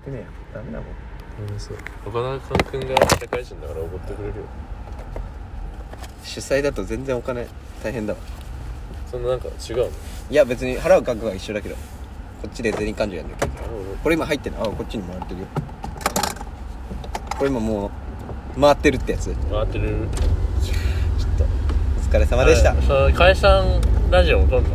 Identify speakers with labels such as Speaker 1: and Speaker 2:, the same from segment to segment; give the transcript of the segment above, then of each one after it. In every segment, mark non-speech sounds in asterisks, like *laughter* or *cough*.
Speaker 1: ってねダメだもん
Speaker 2: そう岡田君が社会人だからおごってくれるよ
Speaker 1: 主催だと全然お金大変だわ
Speaker 2: そんななんか違うの
Speaker 1: いや別に払う額は一緒だけどこっちで銭勘定やんなきゃいけない
Speaker 2: あの
Speaker 1: これ今入ってるあこっちにもらってるよこれ今もう回ってるってやつちょっ
Speaker 2: 回ってる
Speaker 1: とお疲れ様でした
Speaker 2: あれその解散ラジオも撮んの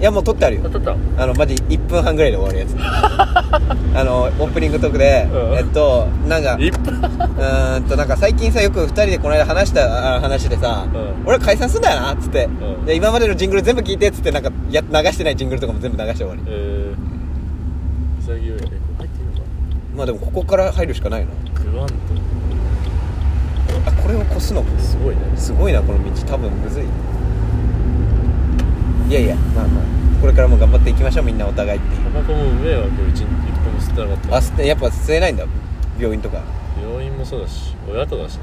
Speaker 1: いやもう撮ってあるよ
Speaker 2: あ撮った
Speaker 1: あのマジ1分半ぐらいで終わるや *laughs* つあのオープニングトークで、
Speaker 2: うん
Speaker 1: えっとなんかう
Speaker 2: 一分
Speaker 1: ーんとなんか最近さよく2人でこの間話したあ話でさ、
Speaker 2: うん
Speaker 1: 俺解散すんだよなっつって、
Speaker 2: ん
Speaker 1: で今までのジングル全部聞いてっつってなんかや流してないジングルとかも全部流して終わり
Speaker 2: えー潔いよねこれ入っていいのか
Speaker 1: まあでもここから入るしかないな
Speaker 2: グワン
Speaker 1: あこれを越すの
Speaker 2: とすごいね
Speaker 1: すごいなこの道多分むずいいやいやまあまあこれからも頑張っていきましょうみんなお互いっていう
Speaker 2: タバコもうめえわ今日一日一本も吸ってなか
Speaker 1: あ
Speaker 2: っ
Speaker 1: 吸ってやっぱ吸えないんだ病院とか
Speaker 2: た病院もそうだし親とだしな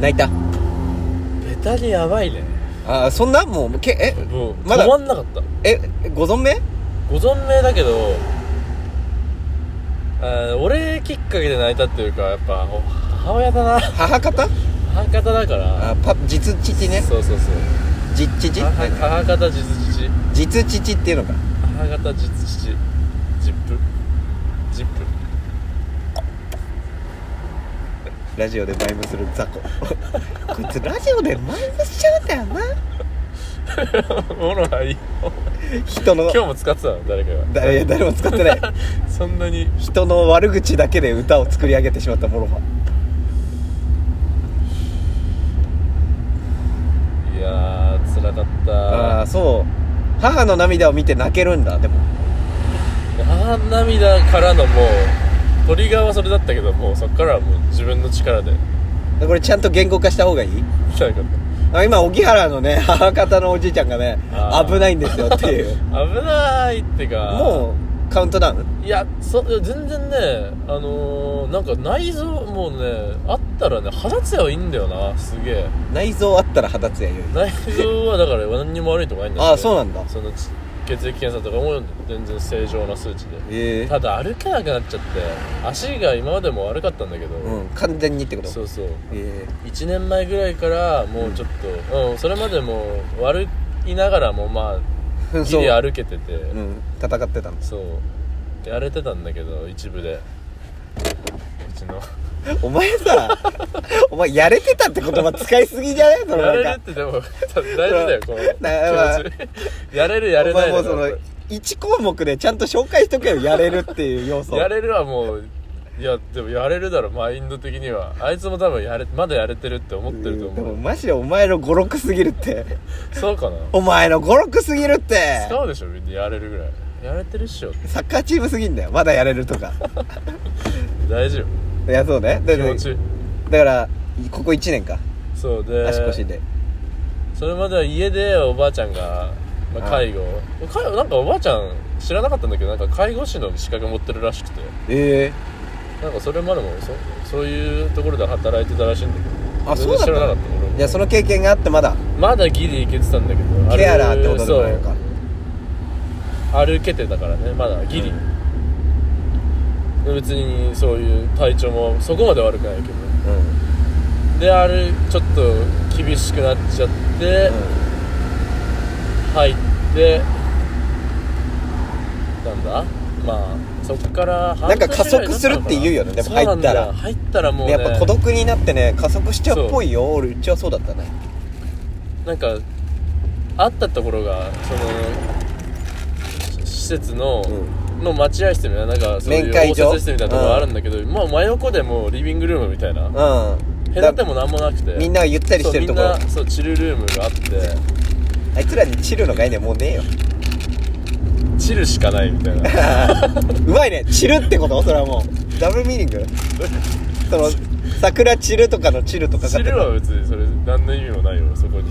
Speaker 1: 泣いた
Speaker 2: ベタにやばいね
Speaker 1: あーそんなもうけえ
Speaker 2: もう
Speaker 1: まだ
Speaker 2: 止まんなかった
Speaker 1: えご存命
Speaker 2: ご存命だけどあー俺きっかけで泣いたっていうかやっぱお母親だな
Speaker 1: 母方
Speaker 2: 母方だから
Speaker 1: あパ実父ね
Speaker 2: そうそうそう
Speaker 1: 実父
Speaker 2: 母母方実父
Speaker 1: 実父っていうのか
Speaker 2: 母方実父ジップジップ
Speaker 1: ラジオでマイムする雑魚 *laughs* こいつラジオでマイムしちゃうんだよな
Speaker 2: *laughs* ものはいい
Speaker 1: 人の
Speaker 2: 今日も使ってたの誰かが *laughs*
Speaker 1: 誰誰も使ってない
Speaker 2: そんなに
Speaker 1: 人の悪口だけで歌を作り上げてしまったモロハ
Speaker 2: いやー辛かった
Speaker 1: ああーそう母の涙を見て泣けるんだでも
Speaker 2: あー涙からのもうトリガーはそれだったけどもうそっからはもう自分の力で *laughs*
Speaker 1: これちゃんと言語化した方がいい
Speaker 2: なんか
Speaker 1: あ今荻原のね *laughs* 母方のおじいちゃんがね
Speaker 2: あー
Speaker 1: 危ないんですよっていう
Speaker 2: *laughs* 危ないってか
Speaker 1: もうカウントダウン
Speaker 2: いやそいや全然ねあのー、なんか内臓もうねあったらね肌ツヤはいいんだよなすげえ
Speaker 1: 内臓あったら肌つやより
Speaker 2: 内臓はだから何にも悪いとこないんだ
Speaker 1: あそうなんだ
Speaker 2: その血血液検査とかも全然正常な数値
Speaker 1: え
Speaker 2: で
Speaker 1: え
Speaker 2: ただ歩けなくなっちゃって足が今までも悪かったんだけど、
Speaker 1: うん完全にってこと
Speaker 2: そうそう
Speaker 1: え
Speaker 2: 1年前ぐらいからもうちょっと、うんそれまでも悪いながらも
Speaker 1: え
Speaker 2: ま
Speaker 1: 紛
Speaker 2: あギリ
Speaker 1: 争
Speaker 2: 歩けてて、
Speaker 1: うん戦ってたんです
Speaker 2: そうやれてたんだけど一部でうちの
Speaker 1: お前
Speaker 2: *laughs*
Speaker 1: さお前やれてたって言葉使いすぎじゃないその
Speaker 2: や
Speaker 1: なん
Speaker 2: れ
Speaker 1: か
Speaker 2: るってでも *laughs* 大事だよこの
Speaker 1: な
Speaker 2: 気持ちやれるやれない
Speaker 1: お前もうそ
Speaker 2: の
Speaker 1: の1項目でちゃんと紹介しとけよやれるっていう要素
Speaker 2: やれるはもういやでもやれるだろマインド的にはあいつも多分やれまだやれてるって思ってると
Speaker 1: で
Speaker 2: 思う、
Speaker 1: もマジでお前の語録すぎるって
Speaker 2: そうかな
Speaker 1: お前の語録すぎるって
Speaker 2: 使うでしょみんなやれるぐらいやれてるっしょ
Speaker 1: サッカーチームすぎんだよまだやれるとか
Speaker 2: 大丈
Speaker 1: いやそうねだ
Speaker 2: 夫気
Speaker 1: から
Speaker 2: 持ちいい
Speaker 1: だからここ1年か
Speaker 2: そうで
Speaker 1: 足腰で、
Speaker 2: それまでは家でおばあちゃんが、まあ、
Speaker 1: は
Speaker 2: 介護介護なんかおばあちゃん知らなかったんだけどなんか介護士の資格持ってるらしくて
Speaker 1: え
Speaker 2: なんかそれまでもそそういうところで働いてたらしいんだけど
Speaker 1: あそうだった
Speaker 2: 全然知らなかった俺
Speaker 1: え
Speaker 2: も
Speaker 1: いやその経験があってまだ
Speaker 2: まだギリいけてたんだけど
Speaker 1: ケアラーってことでもないの
Speaker 2: そ
Speaker 1: か
Speaker 2: う歩けてたからねまだギリ、で別にそういう体調もそこまで悪くないけど
Speaker 1: うん、
Speaker 2: であるちょっと厳しくなっちゃって、入ってなんだまあそっから半
Speaker 1: なんか
Speaker 2: 年ぐらい
Speaker 1: 加速するって言うよねでも
Speaker 2: そうなんだ
Speaker 1: 入ったら
Speaker 2: 入ったらもう、
Speaker 1: で
Speaker 2: ね、
Speaker 1: やっぱ孤独になってね加速しちゃうっぽいよ俺うちはそうだったね
Speaker 2: なんかあったところがそのし施設の、の待合室みたいななんかそういう
Speaker 1: 面会所
Speaker 2: 応接室みたいなところがあるんだけど、まあ真横でもうリビングルームみたいな
Speaker 1: うん
Speaker 2: 隔て
Speaker 1: だ
Speaker 2: もなんもなくて
Speaker 1: みんながゆったりしてるところ
Speaker 2: そうみんなそうチルルームがあって
Speaker 1: あいつらにチルの概念もうねえよ
Speaker 2: チルしかないみたいな
Speaker 1: *laughs* うまいねチルってことそれはもうダブルミーニングその桜チルとかのチルとかか
Speaker 2: チ
Speaker 1: って
Speaker 2: ルは別にそれ何の意味もないよそこに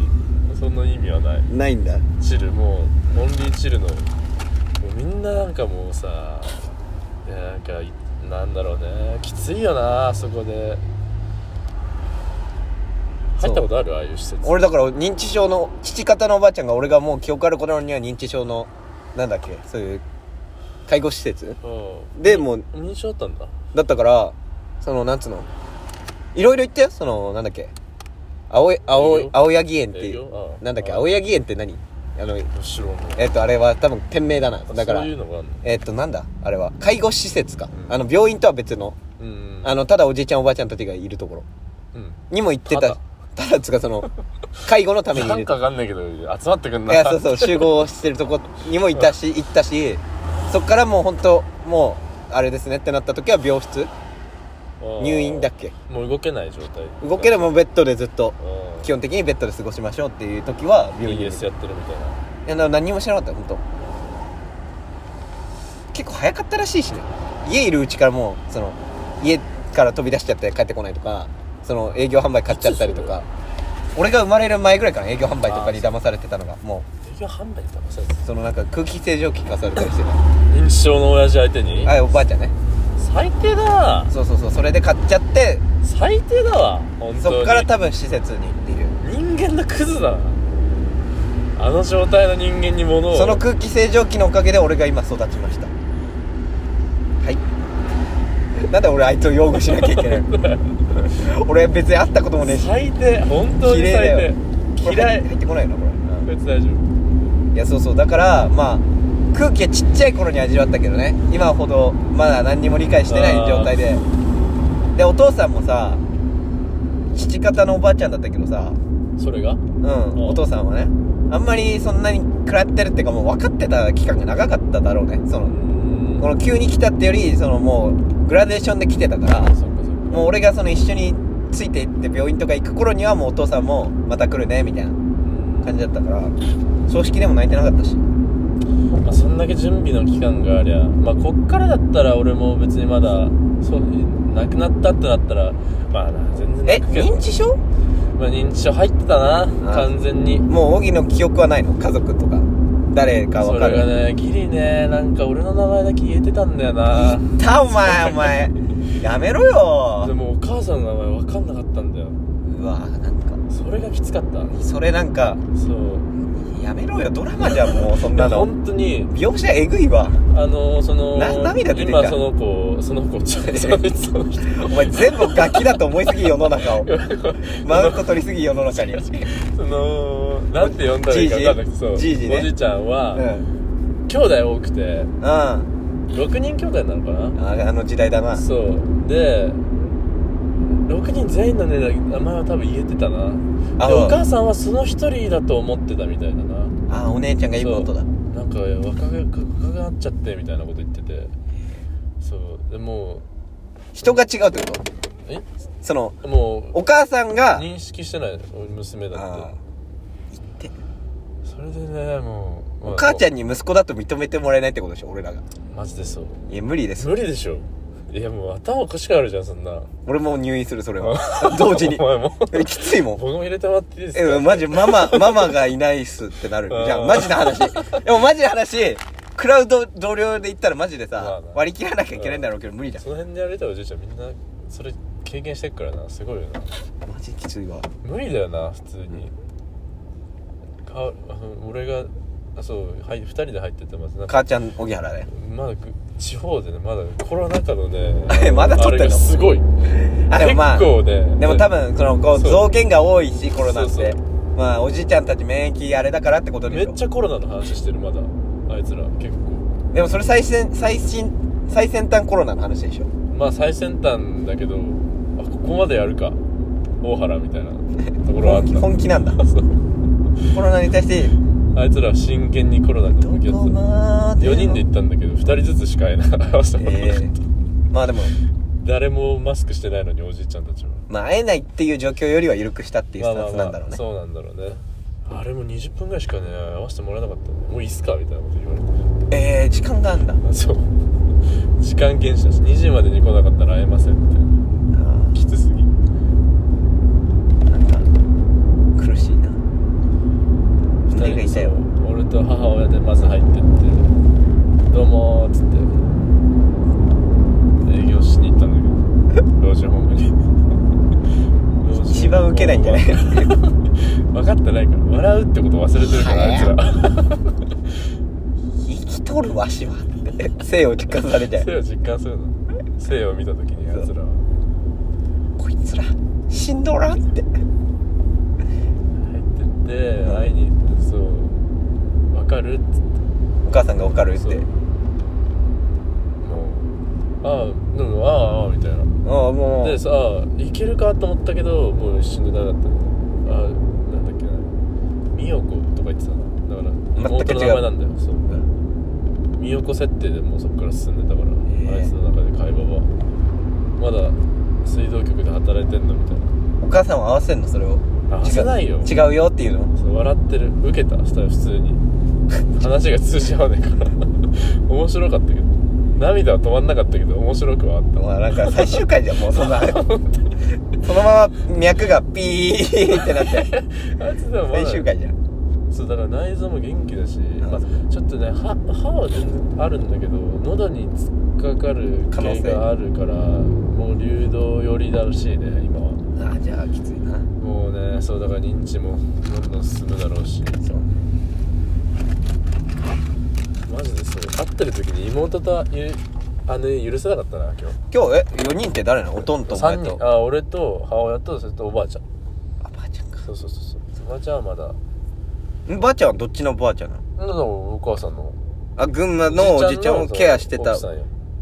Speaker 2: そんな意味はない
Speaker 1: ないんだ
Speaker 2: チルもうオンリーチルのもうみんななんかもうさいやなんかいなんだろうねきついよなあそこで
Speaker 1: そう
Speaker 2: 入ったことあるああいう施設
Speaker 1: 俺だから認知症の父方のおばあちゃんが俺がもう記憶ある頃には認知症のなんだっけそういう介護施設
Speaker 2: うん
Speaker 1: でもう
Speaker 2: 認証あったんだ
Speaker 1: だったからそのなんつうのいろいろ言ったよそのなんだっけ青い青
Speaker 2: いい
Speaker 1: い
Speaker 2: よ
Speaker 1: 青柳園って
Speaker 2: 営
Speaker 1: い
Speaker 2: 業
Speaker 1: う
Speaker 2: ああ
Speaker 1: なんだっけ
Speaker 2: ああ
Speaker 1: 青柳園って何あの
Speaker 2: 後ろの
Speaker 1: えっとあれは多分店名だなだから
Speaker 2: そういうのがあるの
Speaker 1: えっとなんだあれは介護施設か、
Speaker 2: うん
Speaker 1: あの病院とは別の
Speaker 2: うん
Speaker 1: あのただおじいちゃんおばあちゃんたちがいるところ
Speaker 2: うん
Speaker 1: にも行ってた
Speaker 2: ただ
Speaker 1: ただっつうかそ
Speaker 2: *laughs*
Speaker 1: の介護のためにい
Speaker 2: なん
Speaker 1: る
Speaker 2: かわかんないけど集まってくん
Speaker 1: い
Speaker 2: な
Speaker 1: やそうそう集合してるとこにも行ったし行ったしそっからもう本当もうあれですねってなった時は病室
Speaker 2: うん
Speaker 1: 入院だっけ
Speaker 2: もう動けない状態
Speaker 1: 動けれ
Speaker 2: ば
Speaker 1: ばベッドでずっと基
Speaker 2: 気
Speaker 1: 本的にベッドで過ごしましょうっていう時は病院にいる
Speaker 2: BS やってるみたいない
Speaker 1: やでも何にも知らなかったよ本当結構早かったらしいしね家いるうちからもうその家から飛び出しちゃって帰ってこないとかその営業販売買っちゃったりとか俺が生まれる前ぐらいかな営業販売とかに騙されてたのがも
Speaker 2: 営業販売に騙されて
Speaker 1: うそのなんか空気清浄機貸されたりしてね
Speaker 2: 認知症の親父相手に
Speaker 1: あおばあちゃんね
Speaker 2: 最低だわ
Speaker 1: そうそうそうそれで買っちゃって
Speaker 2: 最低だわ本当に
Speaker 1: そっから多分施設にっていう
Speaker 2: 人間のクズだあの状態の人間に物を
Speaker 1: その空気清浄機のおかげで俺が今育ちましたはいなんで俺あいつを擁護しなきゃいけない *laughs* の俺別に会ったこともねえし
Speaker 2: 最低本当に
Speaker 1: 綺麗だよ
Speaker 2: 最
Speaker 1: これ
Speaker 2: 低嫌
Speaker 1: 入
Speaker 2: い
Speaker 1: ってこないのこれ、
Speaker 2: こいつ大丈夫
Speaker 1: いやそうそうだからまあ空気はちっちゃい頃に味わったけどね今ほどまだ何にも理解してない状態ででお父さんもさ父方のおばあちゃんだったけどさ
Speaker 2: それが
Speaker 1: うん、
Speaker 2: ん
Speaker 1: お父さんはねあんまりそんなに食らってるっていうかもう分かってた期間が長かっただろうねそのこ
Speaker 2: こ
Speaker 1: の急に来たってよりそのもうグラデーションで来てたから
Speaker 2: そっかそっか
Speaker 1: もう俺がその一緒について行って病院とか行く頃にはもうお父さんもまた来るねみたいな感じだったから葬式でも泣いてなかったし
Speaker 2: まあ、そんだけ準備の期間がありゃまあこっからだったら俺も別にまだそう亡くなったってなったらまあな全然
Speaker 1: え
Speaker 2: 泣くけど
Speaker 1: 認知症
Speaker 2: まあ、認知症入ってたな完全に
Speaker 1: もう荻の記憶はないの家族とか誰か
Speaker 2: そ
Speaker 1: 分
Speaker 2: れ
Speaker 1: か
Speaker 2: が
Speaker 1: る
Speaker 2: ねギリねなんか俺の名前だけ言えてたんだよな
Speaker 1: たお前お
Speaker 2: *laughs*
Speaker 1: 前やめろ
Speaker 2: で
Speaker 1: よ
Speaker 2: もお母さんの名前分かんなかったんだよ
Speaker 1: うわなんか
Speaker 2: それがきつかった
Speaker 1: それなんか
Speaker 2: そう
Speaker 1: やめろよドラマじゃんもうそん
Speaker 2: い
Speaker 1: な
Speaker 2: や
Speaker 1: の
Speaker 2: 本当に
Speaker 1: 描写えぐいわ
Speaker 2: あのその
Speaker 1: な涙出てきた
Speaker 2: 今その子その子ちょっとその人その人 *laughs*
Speaker 1: お前全部ガキだと思いすぎ世の中をマウント取りすぎ世の中
Speaker 2: *laughs*
Speaker 1: に
Speaker 2: そのなんて呼んだらいいか分かんなくてそう
Speaker 1: じいじね
Speaker 2: おじいちゃんは、
Speaker 1: うん
Speaker 2: 兄弟多くて
Speaker 1: うんあ
Speaker 2: 6人兄弟なのかな
Speaker 1: あの時代だな
Speaker 2: そうで6人全員のね名前は多分言えてたな
Speaker 1: あ
Speaker 2: でお母さんはその一人だと思ってたみたいだな
Speaker 1: あお姉ちゃんが妹だ
Speaker 2: なんか若く若くなっちゃってみたいなこと言っててそうでも
Speaker 1: 人が違うってこと
Speaker 2: うえ
Speaker 1: その
Speaker 2: も
Speaker 1: お母さん
Speaker 2: う
Speaker 1: が
Speaker 2: 認識してない俺娘だ
Speaker 1: あ
Speaker 2: って
Speaker 1: 言って
Speaker 2: それでねもう、まあ
Speaker 1: お母ちゃんに息子だと認めてもらえないってことでしょ俺らが
Speaker 2: マジでそう
Speaker 1: いや無理です
Speaker 2: 無理でしょいやもう頭おかしくなるじゃんそんな
Speaker 1: 俺も入院するそれは同時に
Speaker 2: *laughs* お前も
Speaker 1: *laughs* えきついもん
Speaker 2: 僕も入れてもらっていいですか
Speaker 1: えマジママママがいないっすってなる
Speaker 2: あー
Speaker 1: じゃあマジな話でもマジな話クラウド同僚で行ったらマジで
Speaker 2: まあ
Speaker 1: さ
Speaker 2: な
Speaker 1: 割り切らなきゃいけないんだろうけど無理じゃん
Speaker 2: その辺でやられたおじいちゃんみんなそれ経験してっからなすごいよな
Speaker 1: マジきついわ
Speaker 2: 無理だよな普通にかあの俺があそう、はい、2人で入っててますなんか
Speaker 1: 母ちゃん荻原ね
Speaker 2: まだぐ地方でねまだコロナ禍のね
Speaker 1: え *laughs* まだ撮ってんの
Speaker 2: あれがすごい
Speaker 1: あでもまあ
Speaker 2: 結構ね
Speaker 1: でも多分そのこう
Speaker 2: そう
Speaker 1: 増減が多いしコロナっ
Speaker 2: そう
Speaker 1: て
Speaker 2: そう
Speaker 1: まあおじいちゃんたち免疫あれだからってことで
Speaker 2: め
Speaker 1: し
Speaker 2: っ
Speaker 1: ょ
Speaker 2: ちゃコロナの話してるまだあいつら結構
Speaker 1: でもそれ最先最新最先端コロナの話でしょ
Speaker 2: まあ最先端だけどあここまでやるか大原みたいなところはあっ
Speaker 1: 本気
Speaker 2: た
Speaker 1: 本気
Speaker 2: *laughs*
Speaker 1: なんだ
Speaker 2: そう
Speaker 1: コロナに対して
Speaker 2: あいつらは真剣にコロナに
Speaker 1: ど
Speaker 2: 向き合っ
Speaker 1: こ
Speaker 2: てた
Speaker 1: まで
Speaker 2: 4人で行ったんだけど2人ずつしか会えなかった、
Speaker 1: ええまあでも
Speaker 2: *laughs* 誰もマスクしてないのにおじいちゃんたちは
Speaker 1: まあ会えないっていう状況よりは緩くしたっていうスタンスなんだろうね
Speaker 2: そうなんだろうねあれも20分ぐらいしかね会わせてもらえなかったねもういいっすかみたいなこと言われて
Speaker 1: ええ時間があんだ
Speaker 2: そう時間厳守だし2時までに来なかったら会えませんみたいな
Speaker 1: あー
Speaker 2: きつすぎ
Speaker 1: なんか苦しいな胸が痛いよ
Speaker 2: そう俺と母親でまず入ってって「どうも」っつって営業しに行ったん
Speaker 1: *laughs*
Speaker 2: だけど老人ホームに老人ホーム
Speaker 1: 一番ウケないんじゃない
Speaker 2: *laughs* 分かってないから笑うってこと忘れてるからあいつら
Speaker 1: 生きとるわしはって *laughs* 性を実感されて
Speaker 2: 生を実感するの生を見た時にやつらは
Speaker 1: こいつら死んどらんって
Speaker 2: 入ってって会いに行ってそう分かるっつって
Speaker 1: お母さんが分かるっ
Speaker 2: そう
Speaker 1: て
Speaker 2: もうああでもああああみたいな
Speaker 1: ああもう
Speaker 2: でさあいけるかと思ったけどもう死んでなかったのあなんだっけな美代子とか言ってたなだから
Speaker 1: 全く違う
Speaker 2: 妹の名前なんだよそう
Speaker 1: うん
Speaker 2: 美代子設定でもうそこから進んでたから、
Speaker 1: え
Speaker 2: あいつの中で会話はまだ水道局で働いてんのみたい
Speaker 1: お母さんは合わせんのそれを
Speaker 2: なあ焦らないよ
Speaker 1: 違うよっていうの
Speaker 2: そう笑ってる受けたしたら普通に話が通じ合わないから面白かったけど涙は止まんなかったけど面白くはあった
Speaker 1: まあなんか最終回じゃんもうそ *laughs* んなそのまま脈がピーってなって *laughs*
Speaker 2: あいつでもまだ
Speaker 1: 最終回じゃん
Speaker 2: そうだから内臓も元気だし、
Speaker 1: ん
Speaker 2: まあ、ちょっとね歯歯は全然あるんだけど喉に突っかかる
Speaker 1: 可能性
Speaker 2: 系があるからもう流動寄りだらしいね今は
Speaker 1: ああじゃあきついな
Speaker 2: もうねそうだから認知もどんどん進むだろうし
Speaker 1: そう
Speaker 2: マジでそう会ってる時に妹とゆ姉許せなかったな今日
Speaker 1: 今日え4人って誰なのおとんとお前
Speaker 2: 三
Speaker 1: と
Speaker 2: 人あ俺と母親とそれとおばあちゃん
Speaker 1: あばあちゃんか
Speaker 2: そうそうそうそうおばあちゃんはまだ
Speaker 1: んばあちゃんはどっちのばあちゃんなの
Speaker 2: なんだろうお母さんの
Speaker 1: あ群馬のおじいちゃんをケアしてた
Speaker 2: 奥さんよ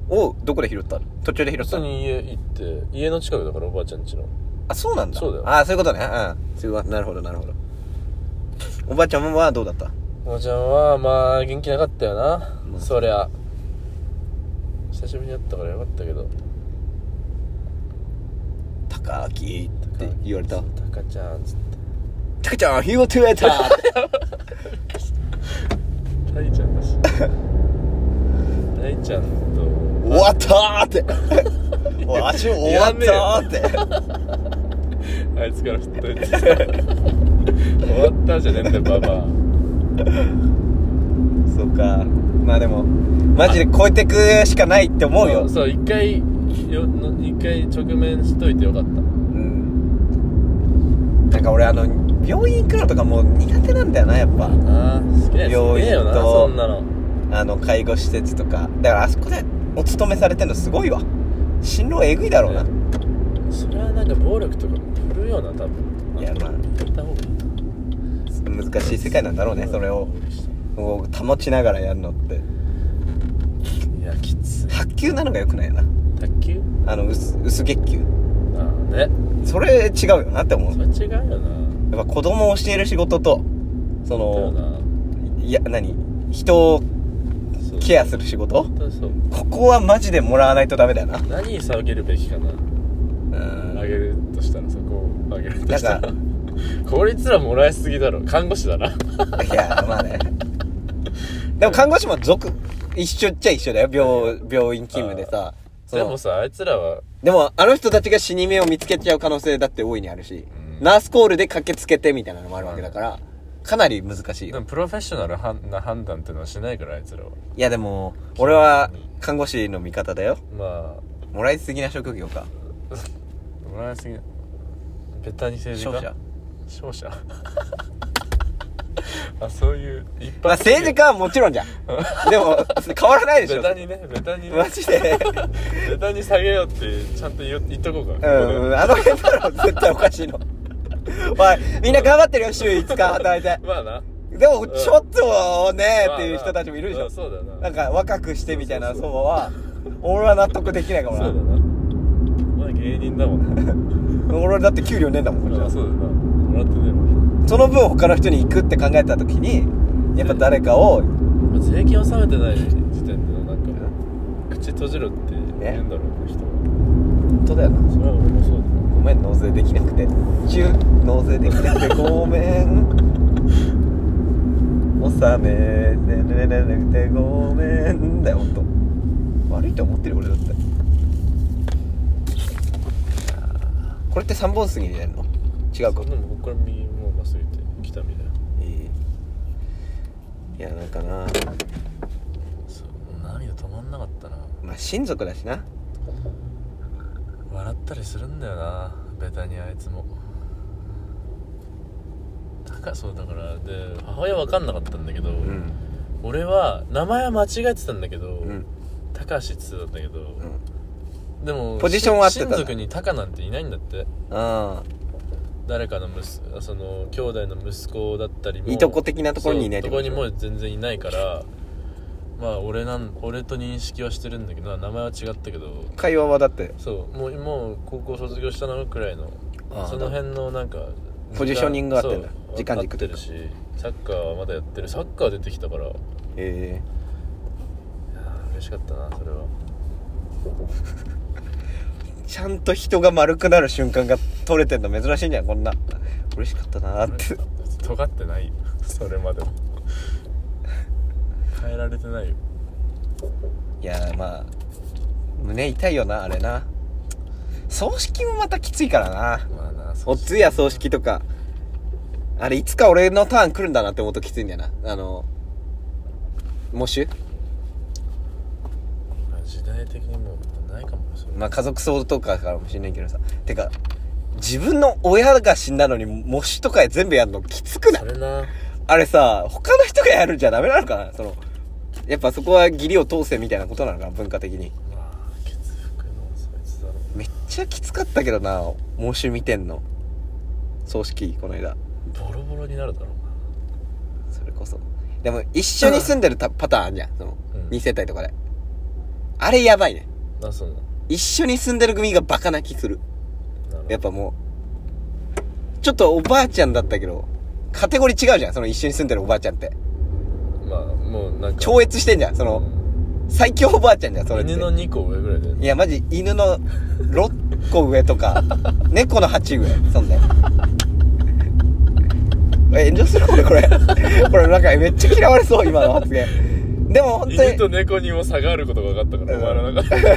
Speaker 1: をどこで拾ったの途中で拾
Speaker 2: 普
Speaker 1: った
Speaker 2: 通
Speaker 1: の
Speaker 2: に家行って家の近くだからおばあちゃん家の
Speaker 1: あそうなんだ
Speaker 2: そうだよ
Speaker 1: あそういうことねうんそういうことなるほどなるほどおばあちゃんはどうだった
Speaker 2: おばちゃんはまあ元気なかったよな、
Speaker 1: まあ
Speaker 2: そりゃ久しぶりに会ったからよかったけど
Speaker 1: 「高木」って言われた
Speaker 2: そうタカちゃんっつって
Speaker 1: 「高ちゃん火を取れた!」 *laughs*
Speaker 2: タイちゃんだし *laughs* タイちゃんと
Speaker 1: 終わったーって *laughs* もう足終わったーって
Speaker 2: あいつから振っといて
Speaker 1: *laughs*
Speaker 2: 終わったじゃねえんだよババア
Speaker 1: そうかまあでもマジで超えてくしかないって思うよ
Speaker 2: そう一回よの一回直面しといてよかった
Speaker 1: うんなんか俺あの病院行くのとかもう苦手なんだよなやっぱ
Speaker 2: ああ好きだよ
Speaker 1: 病
Speaker 2: 好
Speaker 1: 院
Speaker 2: きだよな
Speaker 1: と
Speaker 2: そんなの
Speaker 1: あの介護施設とかだからあそこでお勤めされてんのすごいわ心労えぐいだろうな、
Speaker 2: それはなんか暴力とかも振るよな多分
Speaker 1: いやまあ
Speaker 2: 言った方がいい
Speaker 1: 難しい世界なんだろうねそれをこう保ちながらやるのって
Speaker 2: いやきつい
Speaker 1: 白球なのがよくないよな
Speaker 2: 卓球
Speaker 1: あの薄薄月給
Speaker 2: ああね
Speaker 1: それ違うよなって思う
Speaker 2: それ違うよ
Speaker 1: や
Speaker 2: な
Speaker 1: っぱ子供を教える仕事とそ
Speaker 2: だよ
Speaker 1: の
Speaker 2: ない
Speaker 1: や何人を
Speaker 2: そう
Speaker 1: ケアする仕事
Speaker 2: 本当にそう
Speaker 1: ここはマジでもらわないとダメだよな
Speaker 2: 何に下げるべきかな
Speaker 1: うん
Speaker 2: あげるとしたらそこをあげると
Speaker 1: なん
Speaker 2: した
Speaker 1: から
Speaker 2: *laughs* こいつらもらいすぎだろ看護師だな
Speaker 1: いやまあねでも看護師も属一緒っちゃ一緒だよ病病院勤務でさそ
Speaker 2: で
Speaker 1: の
Speaker 2: もさあいつらは
Speaker 1: でもあの人たちが死に目を見つけちゃう可能性だって大いにあるし、
Speaker 2: うん
Speaker 1: ナースコールで駆けつけてみたいなのもあるわけだから、かなり難しい
Speaker 2: で
Speaker 1: よ
Speaker 2: もプロフェッショナルはんな判断っていうのはしないからあいつらはい
Speaker 1: やでも俺は看護師の味方だよ
Speaker 2: ま
Speaker 1: もらいすぎな職業か
Speaker 2: あもらいすぎベタに政治
Speaker 1: 勝
Speaker 2: 家
Speaker 1: 者
Speaker 2: 勝者 *laughs* あそういう一般的
Speaker 1: まあ政治家はもちろんじゃんでも変わらないでし
Speaker 2: ベ
Speaker 1: ょ
Speaker 2: タにねベタにね
Speaker 1: マジで
Speaker 2: ベタに下げようってちゃんと言お言っとこう
Speaker 1: う
Speaker 2: か
Speaker 1: ん、あの辺だろ、絶対おかしいの。おい、みんな頑張ってるよ、週5日働いて。
Speaker 2: まあな
Speaker 1: でも、
Speaker 2: ん
Speaker 1: ちょっとね、っていう人たちもいるでし
Speaker 2: まあ
Speaker 1: ょ
Speaker 2: な。そうだな
Speaker 1: なんか、若くしてみたいな
Speaker 2: そう
Speaker 1: 相
Speaker 2: そう
Speaker 1: 場は、俺は納得できないか
Speaker 2: そ
Speaker 1: も
Speaker 2: うだ
Speaker 1: な。
Speaker 2: なまあ芸人だもん
Speaker 1: *laughs*
Speaker 2: な
Speaker 1: 俺だって給料ねえんだもん、これじ
Speaker 2: あ
Speaker 1: ゃ
Speaker 2: そうだなもらってねえもん
Speaker 1: その分他の人に行くって考えた時に、やっぱ誰かを、
Speaker 2: まあ税金納めてない時点でのなんか口閉じろって言うんだろうね人は
Speaker 1: 本当だよな。
Speaker 2: それは俺もそうだな
Speaker 1: ごめん、納税できなくて。中、納税できなくてごめ
Speaker 2: *laughs*
Speaker 1: ん。納めてれなくてごめんだよ、ほんと。悪いと思ってるよ俺だって。これって3本杉に出るの違うか
Speaker 2: そん。なもんここから右もうまっすぐ行って北見だよ
Speaker 1: えーいや、なんかな。
Speaker 2: そう涙止まんなかったな
Speaker 1: まあ、親族だしな。
Speaker 2: 笑ったりするんだよなベタにあいつもだからそうだからで母親わかんなかったんだけど、
Speaker 1: うん。
Speaker 2: 俺は名前は間違えてたんだけど、
Speaker 1: うん、
Speaker 2: 高橋っつってたんだけど、
Speaker 1: うん、
Speaker 2: でも
Speaker 1: ポジションは合ってたんだ
Speaker 2: 親族にタカなんていないんだって
Speaker 1: あ
Speaker 2: 誰かの息その兄弟の息子だったりも
Speaker 1: いとこ的なところにいない
Speaker 2: そうところにもう全然いないからまあ俺なん俺と認識はしてるんだけど名前は違ったけど
Speaker 1: 会話はだって
Speaker 2: そうもうもう高校卒業したのくらいの
Speaker 1: あー
Speaker 2: その辺のなんか
Speaker 1: ポジショニングが合ってんだ
Speaker 2: そう
Speaker 1: 時間軸
Speaker 2: 合っ
Speaker 1: とい
Speaker 2: て
Speaker 1: うか
Speaker 2: るしサッカーはまだやってるサッカー出てきたからいや
Speaker 1: え
Speaker 2: ー嬉しかったなそ
Speaker 1: *laughs*
Speaker 2: れは
Speaker 1: えちゃんと人が丸くなる瞬間が撮れてんの珍しいんじゃんこんな嬉しかったなーって
Speaker 2: 尖ってないよそれ
Speaker 1: *laughs*
Speaker 2: までも変えられてないよ
Speaker 1: いやーまあ胸痛いよなあれな葬式もまたきついからな
Speaker 2: まあな
Speaker 1: お通夜葬式とかあれいつか俺のターン来るんだなって思うときついんだよなあの喪主
Speaker 2: まあ時代的にもうないかもしれない、
Speaker 1: まあ家族葬とかかもしんないけどさてか自分の親が死んだのに喪主とか全部やるのきつくない
Speaker 2: それな
Speaker 1: あれさ他の人がやるんじゃダメなのかなそのやっぱそこは義理を通せみたいなことなのかな文化的に
Speaker 2: まあ血服のそいつだろう
Speaker 1: めっちゃきつかったけどな喪主見てんの葬式この間
Speaker 2: ボロボロになるだろう
Speaker 1: それこそでも一緒に住んでるたパターンあんじゃんその
Speaker 2: うん
Speaker 1: 2世帯とかであれやばいね
Speaker 2: なあそうな
Speaker 1: 一緒に住んでる組がバカ泣きする
Speaker 2: なる
Speaker 1: やっぱもうちょっとおばあちゃんだったけどカテゴリー違うじゃんその一緒に住んでるおばあちゃんって
Speaker 2: まあもうなんか
Speaker 1: 超越してんじゃんその最強おばあちゃんじゃんそれって
Speaker 2: 犬の2個上ぐらいだよね
Speaker 1: いやマジ犬の6個上と
Speaker 2: *laughs*
Speaker 1: か猫の8上そんでえ炎上するこれこれこれなんかめっちゃ嫌われそう今の発言でも本当
Speaker 2: 犬
Speaker 1: に
Speaker 2: と猫にも差があることが分かったから、お前の中で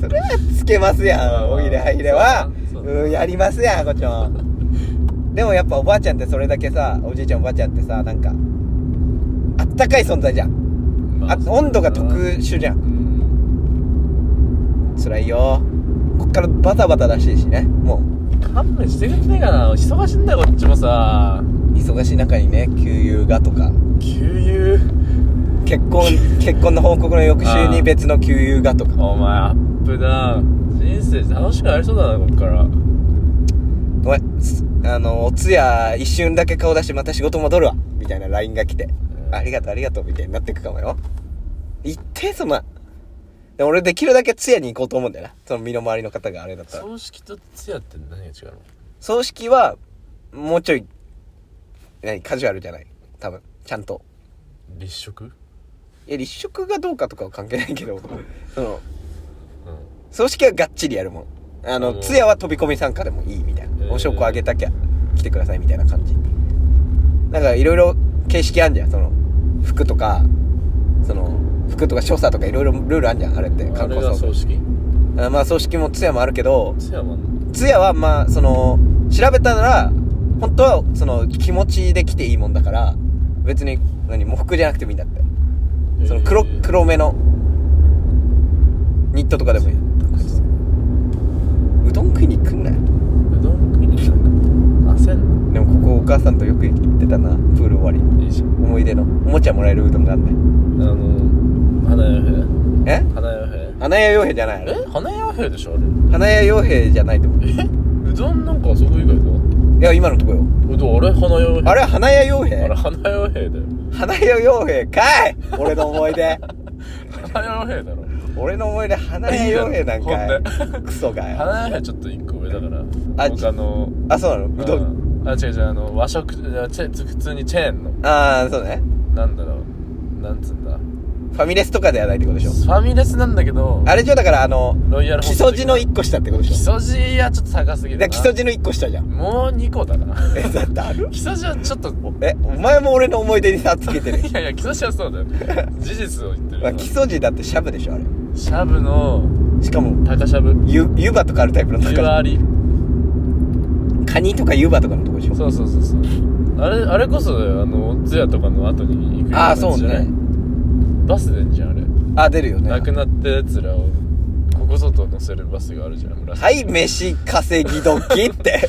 Speaker 1: それはつけます
Speaker 2: ま
Speaker 1: や
Speaker 2: あま
Speaker 1: ん
Speaker 2: あ
Speaker 1: おひれはいれは
Speaker 2: そうだなそうだな
Speaker 1: うんやりますやんこっちもでもやっぱおばあちゃんってそれだけさおじいちゃんおばあちゃんってさなんかあったかい存在じゃん
Speaker 2: ま
Speaker 1: あ温度が特殊じゃん
Speaker 2: うん
Speaker 1: 辛いよこっからバタバタらしいしねもう
Speaker 2: 勘弁してくんねえかな忙しいんだよこっちもさ
Speaker 1: 忙しい中にね給油がとか
Speaker 2: 給
Speaker 1: 結
Speaker 2: *laughs*
Speaker 1: 婚結婚の報告の翌週に別の給油がとか
Speaker 2: 油お前アップダウン人生楽しくなりそうだなこっから
Speaker 1: ごめんすあのお通夜一瞬だけ顔出してまた仕事戻るわみたいな LINE が来て、
Speaker 2: うん
Speaker 1: ありがとうありがとうみたいになってくかもよ一定そんなで俺できるだけ通夜に行こうと思うんだよなその身の回りの方があれだったら
Speaker 2: 葬式と通夜って何が違うの
Speaker 1: 葬式はもうちょい何カジュアルじゃない多分ちゃんと
Speaker 2: 立食
Speaker 1: いや立食がどうかとかは関係ないけ
Speaker 2: *laughs*
Speaker 1: どその
Speaker 2: う
Speaker 1: 葬式はがっちりやるもんあ
Speaker 2: あ
Speaker 1: の
Speaker 2: の
Speaker 1: 通夜は飛び込み参加でもいいみたいな、
Speaker 2: えー
Speaker 1: お証拠あげたきゃ来てくださいみたいな感じなんかいろいろ形式あんじゃんその服とかその服とか所作とかいろいろルールあんじゃんあれって
Speaker 2: んあ
Speaker 1: 観
Speaker 2: れ
Speaker 1: 光
Speaker 2: が
Speaker 1: 葬
Speaker 2: 葬式
Speaker 1: あまあ葬式も通夜もあるけど
Speaker 2: 通夜もあんの
Speaker 1: 通夜はまあその調べたなら本当はその気持ちで来ていいもんだから別に何喪服じゃなくてもいいんだってその黒
Speaker 2: えー
Speaker 1: 黒めのニットとかでもいいうどん食いに来んなよ
Speaker 2: うどん食いに来たんか焦ん
Speaker 1: でもここお母さんとよく行ってたなプール終わり
Speaker 2: のいいじゃん
Speaker 1: 思い出のおもちゃもらえるうどんがあんだよ
Speaker 2: あの花屋兵
Speaker 1: え
Speaker 2: 花屋兵
Speaker 1: 花屋洋平じゃないあれ
Speaker 2: え花屋兵でしょあれ
Speaker 1: 花屋洋平じゃないと思う
Speaker 2: うどんなんかあそこ以外であっ
Speaker 1: いや今のとこよ
Speaker 2: たうどんあ
Speaker 1: あれ
Speaker 2: れ花屋兵
Speaker 1: は花屋洋
Speaker 2: あれ
Speaker 1: 平
Speaker 2: 花屋兵だよ
Speaker 1: 花屋洋平かい俺の思い出
Speaker 2: 花屋兵だろ
Speaker 1: 俺の思い出花屋洋平なん
Speaker 2: いいじ
Speaker 1: かいクソかよ
Speaker 2: 花屋兵ちょっと一個上だから
Speaker 1: あ
Speaker 2: 僕あの
Speaker 1: あそうなのうどん
Speaker 2: ああ違う違うあの和食いやチェ普通にチェーンの
Speaker 1: ああそうね
Speaker 2: なんだろうなんつうんだ
Speaker 1: ファミレスとかではないってことでしょ
Speaker 2: ファミレスなんだけど
Speaker 1: あれじゃだからあの
Speaker 2: ロイヤル
Speaker 1: 基
Speaker 2: ホスト
Speaker 1: 礎地の1個下ってことで
Speaker 2: 基
Speaker 1: しょ
Speaker 2: 礎地はちょっと高すぎるな
Speaker 1: で基礎地の1個下じゃん
Speaker 2: もう2個だな
Speaker 1: えだってある
Speaker 2: 基礎地はちょっと
Speaker 1: えお前も俺の思い出に差つけてる
Speaker 2: いやいや基礎地はそうだよ事実を言ってる
Speaker 1: ま
Speaker 2: か
Speaker 1: あ、
Speaker 2: ら
Speaker 1: 基礎地だってシャブでしょあれ
Speaker 2: シャブの
Speaker 1: しかも
Speaker 2: 高シャブ
Speaker 1: ゆ湯葉とかあるタイプの
Speaker 2: 湯
Speaker 1: 高
Speaker 2: あり
Speaker 1: カニとか湯葉とかのとこでしょ
Speaker 2: そうそうそうそうあれあれこそだよあのお通夜とかの後に行くような
Speaker 1: ああ
Speaker 2: やつ
Speaker 1: そう
Speaker 2: じゃない
Speaker 1: ね
Speaker 2: バスでんじゃんあれ
Speaker 1: あ出るよね
Speaker 2: なくなったやつらをここぞと乗せるバスがあるじゃん紫
Speaker 1: はい飯稼ぎ時って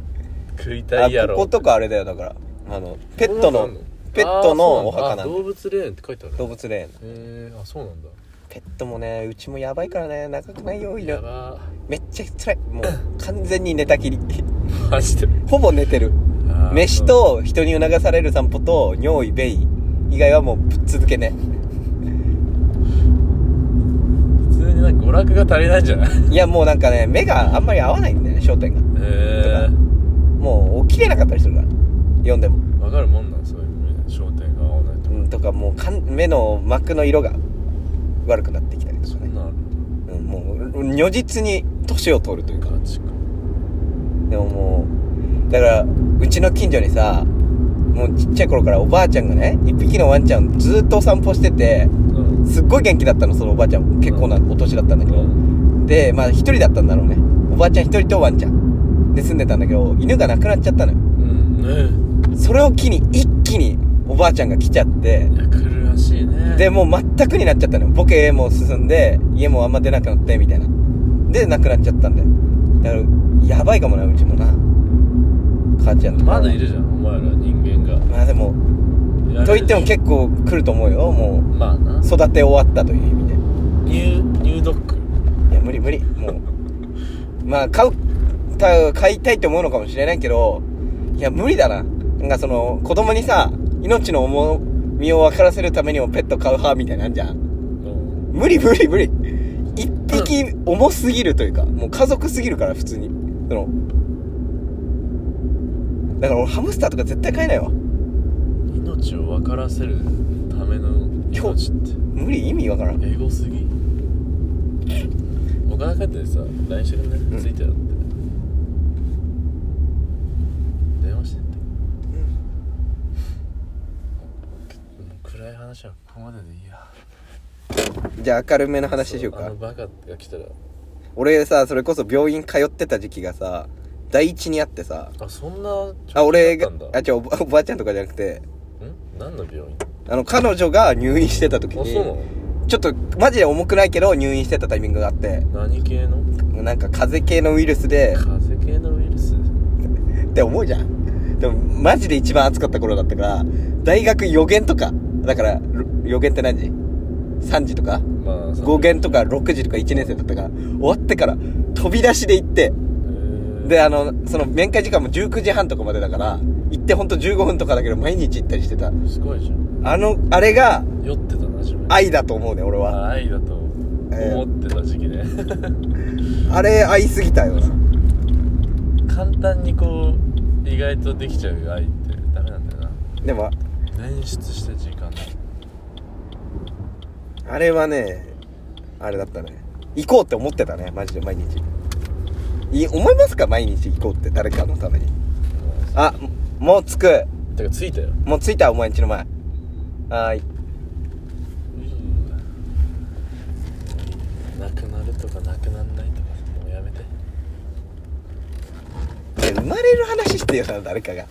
Speaker 2: *laughs* 食いた
Speaker 1: あ
Speaker 2: いや
Speaker 1: こ
Speaker 2: ろ
Speaker 1: ことかあれだよだからあのペットの
Speaker 2: こんなのあんの
Speaker 1: ペットのお墓な
Speaker 2: あ
Speaker 1: ん
Speaker 2: 動
Speaker 1: で
Speaker 2: 物霊園って書いてある
Speaker 1: 動物霊園
Speaker 2: へえあそうなんだ
Speaker 1: ペットもねうちもやばいからね長くないよい
Speaker 2: や
Speaker 1: ろ
Speaker 2: ば
Speaker 1: めっちゃ辛いもう完全に寝たきり *laughs*
Speaker 2: ーマジで
Speaker 1: ほぼ寝てる
Speaker 2: あ
Speaker 1: *laughs*
Speaker 2: ー
Speaker 1: 飯と人に促される散歩と尿意ベイ以外はもうぶっ続けね
Speaker 2: 普通になんか娯楽が足りないんじゃ *laughs* ない
Speaker 1: いやもうなんかね目があんまり合わないんだよね焦点が
Speaker 2: へ
Speaker 1: もう起きれなかったりするから読んでも、
Speaker 2: えわかるもんなんそういうのね焦点が合わないと
Speaker 1: うん、とかもうかん目の膜の色が悪くなってきたりと
Speaker 2: そ
Speaker 1: か
Speaker 2: ん
Speaker 1: ね、
Speaker 2: なのある
Speaker 1: うん、もう如実に年を取るというか
Speaker 2: ガチか
Speaker 1: でももうだからうちの近所にさもうちっちゃい頃からおばあちゃんがね一匹のワンちゃんをずっとお散歩してて
Speaker 2: うん
Speaker 1: すっごい元気だったのそのおばあちゃん結構なお年だったんだけど、でまあ一人だったんだろうねおばあちゃん一人とワンちゃんで住んでたんだけど犬が亡くなっちゃったのよ
Speaker 2: うんね
Speaker 1: それを機に一気におばあちゃんが来ちゃって
Speaker 2: えいや来るらしいね
Speaker 1: でもう全くになっちゃったのよボケも進んで家もあんま出なくなってみたいなで亡くなっちゃったんだよだからやばいかもなうちもな母ちゃんとか
Speaker 2: まだいるじゃんお前ら人間
Speaker 1: まあでも
Speaker 2: が
Speaker 1: といっても
Speaker 2: 構
Speaker 1: 結構来ると思うよも
Speaker 2: まあな
Speaker 1: う育て終わったという意味で
Speaker 2: ニューニュードッグ
Speaker 1: いや無理無理もうまあ買うた買いたいと思うのかもしれないけどいや無理だななんかその子供にさ命の重みを分からせるためにもペット飼う派みたいなんじゃん
Speaker 2: うん
Speaker 1: 無理無理無理一匹重すぎるというかもう家族すぎるから普通にそのだから俺ハムスターとか絶対飼えないわ
Speaker 2: 命を分からせるための命って
Speaker 1: 無理意味わからん
Speaker 2: エゴす *laughs* ぎお金かってさ LINE してくんね
Speaker 1: ん
Speaker 2: ついてるって電話してってもう暗い話はここまででいいや
Speaker 1: じゃあ明るめの話しよう
Speaker 2: あ
Speaker 1: か
Speaker 2: のバカが来たら
Speaker 1: 俺さそれこそ病院通ってた時期がさ第一にあってさ
Speaker 2: あそんな
Speaker 1: あ俺が
Speaker 2: んだ
Speaker 1: あ違うおば *laughs* おばあちゃんとかじゃなくて
Speaker 2: ん何の病院
Speaker 1: あの彼女が入院してた時
Speaker 2: あ
Speaker 1: に
Speaker 2: そう
Speaker 1: ちょっとマジで重くないけど入院してたタイミングがあって
Speaker 2: なの何系の
Speaker 1: なんか風邪系のウイルスで
Speaker 2: 風邪系のウイルス
Speaker 1: って思うじゃんでもマジで一番暑かった頃だったから大学予言とかだからろ予言って何時 ?3 時とか
Speaker 2: まあ
Speaker 1: 5限とか6時とか1年生だったから終わってから飛び出しで行ってであのその面会時間も19時半とかまでだから行ってほんと15分とかだけど毎日行ったりしてた
Speaker 2: すごいじゃん
Speaker 1: あのあれが
Speaker 2: 酔ってたな自分
Speaker 1: 愛だと思うね俺は
Speaker 2: あ愛だと思ってた時期ね、 *laughs*
Speaker 1: あれ愛すぎたよな
Speaker 2: 簡単にこう意外とできちゃう愛ってダメなんだよ
Speaker 1: でも
Speaker 2: な捻出して時間だ
Speaker 1: あれはねあれだったね行こうって思ってたねマジで毎日い思いますか毎日行こうって誰かのためにあもう着く
Speaker 2: てかついたよ
Speaker 1: もう着いたお前んちの前はーい
Speaker 2: なくなるとかなくなんないとかもうやめて
Speaker 1: で生まれる話してよな誰かが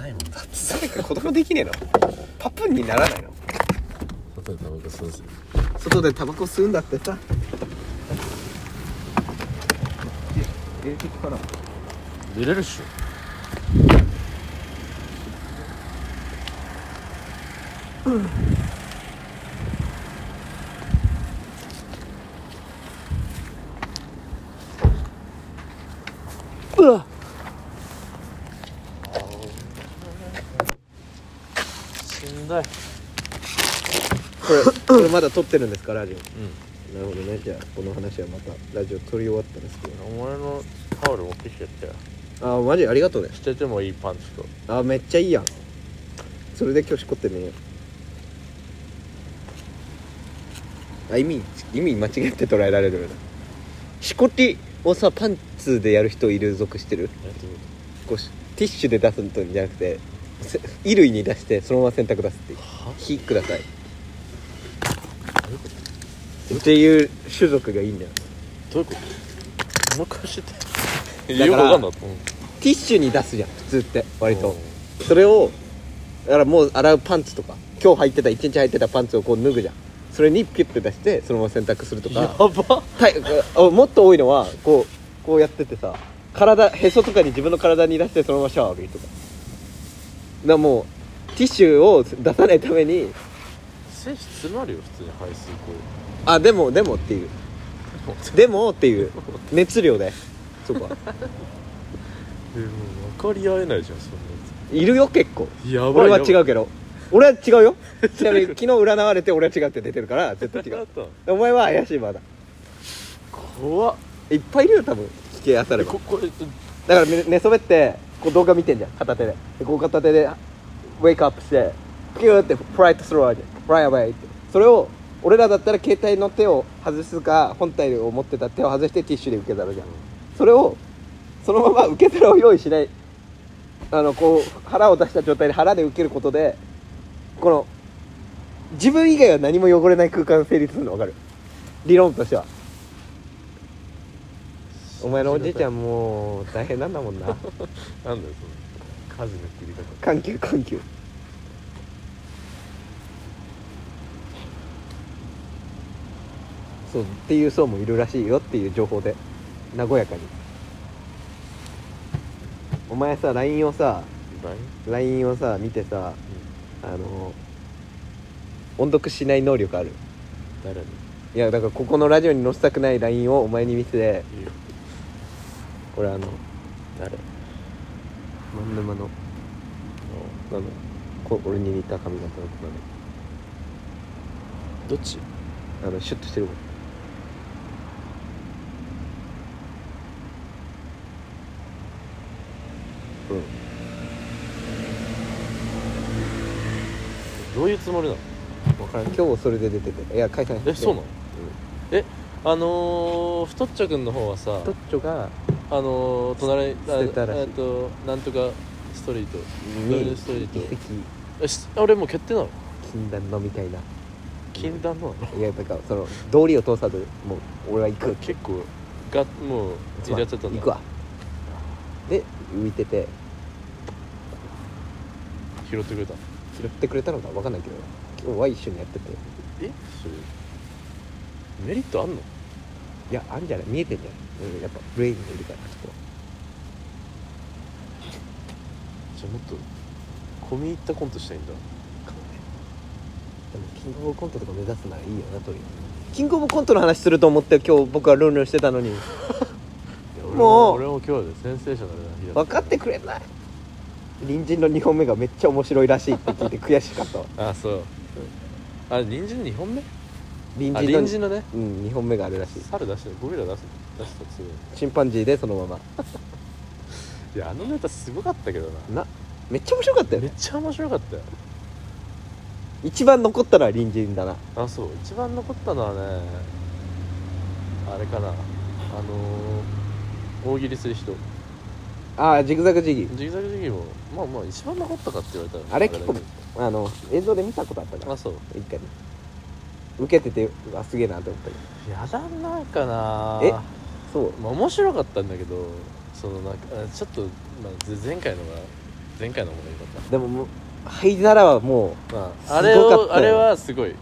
Speaker 2: ないもんだって
Speaker 1: 誰か子供できねえのパプンにならないの
Speaker 2: 外でタバコ吸うす
Speaker 1: 外でタバコ吸うんだってさええちょっとから
Speaker 2: 出れるっしょしんどい
Speaker 1: これこれまだ撮ってるんですかラジ
Speaker 2: う
Speaker 1: オなるほどねじゃあこの話はまたラジオ撮り終わったんですけど
Speaker 2: んお前のタオル持ってきてやったよ
Speaker 1: ああマジありがとうね
Speaker 2: 捨ててもいいパンツと
Speaker 1: あーめっちゃいいやんそれで今日しこってねあ意味意味間違って捉えられるよなしこりをさパンツでやる人いる属してる
Speaker 2: やってみる
Speaker 1: こうしティッシュで出すんじゃなくてせ衣類に出してそのまま洗濯出すっていう
Speaker 2: は
Speaker 1: 火くださいっていう種族がいいんだよ
Speaker 2: どういうこともう一回してて
Speaker 1: だから
Speaker 2: よくわかんな
Speaker 1: ティッシュに出すじゃん普通って割
Speaker 2: う
Speaker 1: と
Speaker 2: ん
Speaker 1: それをだからもう洗うパンツとか今日履いてた一日履いてたパンツをこう脱ぐじゃんそれにピュッて出してそのまま洗濯すると
Speaker 2: や
Speaker 1: か
Speaker 2: ば
Speaker 1: たいあもっと多いのはこうこうやっててさ体へそとかに自分の体に出してそのままシャワー浴びるとかだからもうティッシュを出さないために
Speaker 2: 精子詰まるよ普通に排水口
Speaker 1: あでもでもっていうでもっていう熱量でそこは
Speaker 2: えもう分かり合えないじゃんそんない
Speaker 1: るよ結構
Speaker 2: やつやば
Speaker 1: 俺
Speaker 2: い
Speaker 1: は違
Speaker 2: う
Speaker 1: うけど俺は違うよ *laughs* ちなみに昨日占われて俺は違うって出てるから絶対違 *laughs* うお前は怪しいまだ
Speaker 2: 怖っ
Speaker 1: いっぱいいるよ多分聞き当たれ
Speaker 2: え
Speaker 1: ば
Speaker 2: ここれ
Speaker 1: だから寝寝そべってこう動画見てんじゃん片手ででこう片手でウェイクアップしてピューってフライトするわけフライアウェイってそれを俺らだったら携帯の手を外すか本体を持ってた手を外してティッシュで受け皿じゃんそれをそのまま受け皿を用意しないあのこう腹を出した状態で腹で受けることでこの自分以外は何も汚れない空間成立するの分かる理論としてはお前のおじいちゃんもう大変なんだもん *laughs* な
Speaker 2: なんだよその数の切り方
Speaker 1: 緩急緩急そうっていう層もいるらしいよっていう情報で和やかにお前さ LINE をさ
Speaker 2: ライン
Speaker 1: LINE をさ見てさあの音読しない能力ある
Speaker 2: 誰に
Speaker 1: いやだからここのラジオに載せたくない LINE をお前に見せて
Speaker 2: いいよ
Speaker 1: 俺あの
Speaker 2: 誰
Speaker 1: 真ん沼のあのこ俺に似た髪型の子だね
Speaker 2: どっち
Speaker 1: あのシュッとしてるもんうん
Speaker 2: どういうつもりなの
Speaker 1: 分からん今日それで出てていや解散して
Speaker 2: えそうなのえあのー、太っちょくんの方はさ
Speaker 1: トッチョが
Speaker 2: あのー、隣にあ
Speaker 1: 捨てたらしい
Speaker 2: えっとなんとかストリート
Speaker 1: に
Speaker 2: ドリルストリート
Speaker 1: 移籍
Speaker 2: えしあれもう決定なの
Speaker 1: 禁断のみたいな
Speaker 2: 禁断のなの
Speaker 1: いやだからその道理を通さずもう俺は行く
Speaker 2: 結構がもう入れちゃったんだ
Speaker 1: 行くわで浮いてて
Speaker 2: 拾ってくれた
Speaker 1: 拾ってくれたのか分かんないけど今日は一緒にやってて
Speaker 2: えそれメリットあんの
Speaker 1: いやあんじゃない見えてんじゃないうんやっぱブレインがいるからそこは
Speaker 2: じゃあもっと込み入ったコントしたいんだ
Speaker 1: でもキングオブコントとか目指すならいいよなというキングオブコントの話すると思って今日僕はルンルンしてたのにもう
Speaker 2: 俺も今日でセンセーショナルな日だ
Speaker 1: 分かってくれない隣人の2本目がめっちゃ面白いらしいって聞いて悔しかったわ
Speaker 2: あそうあ人参2本目
Speaker 1: 隣人の
Speaker 2: あ隣人のね
Speaker 1: うん2本目があるらしい
Speaker 2: 猿出してゴリラ出す出したすごい
Speaker 1: チンパンジーでそのまま
Speaker 2: いやあのネタすごかったけどな
Speaker 1: なめっちゃ面白かったよ
Speaker 2: めっ
Speaker 1: ね
Speaker 2: ちゃ面白かったよ
Speaker 1: 一番残ったのは隣人だな
Speaker 2: あそう一番残ったのはねあれかなあのー、大喜利する人
Speaker 1: ああジグザグジギー
Speaker 2: ジグザグジギーもまあまあ一番残ったかって言われたら
Speaker 1: あれ結構
Speaker 2: だ
Speaker 1: あの映像で見たことあったか
Speaker 2: けど
Speaker 1: ら
Speaker 2: あそう
Speaker 1: 一回ね受けててうわすげえなと思ったけど
Speaker 2: やだなんかな
Speaker 1: えそう
Speaker 2: まあ、面白かったんだけどそのなんかあちょっと、まあ、ぜ前回のが前回の方が良かっ
Speaker 1: でももう灰皿はもう
Speaker 2: た、まあ、あれ
Speaker 1: すごかっ
Speaker 2: を
Speaker 1: た
Speaker 2: あれ
Speaker 1: よ
Speaker 2: はすごい、う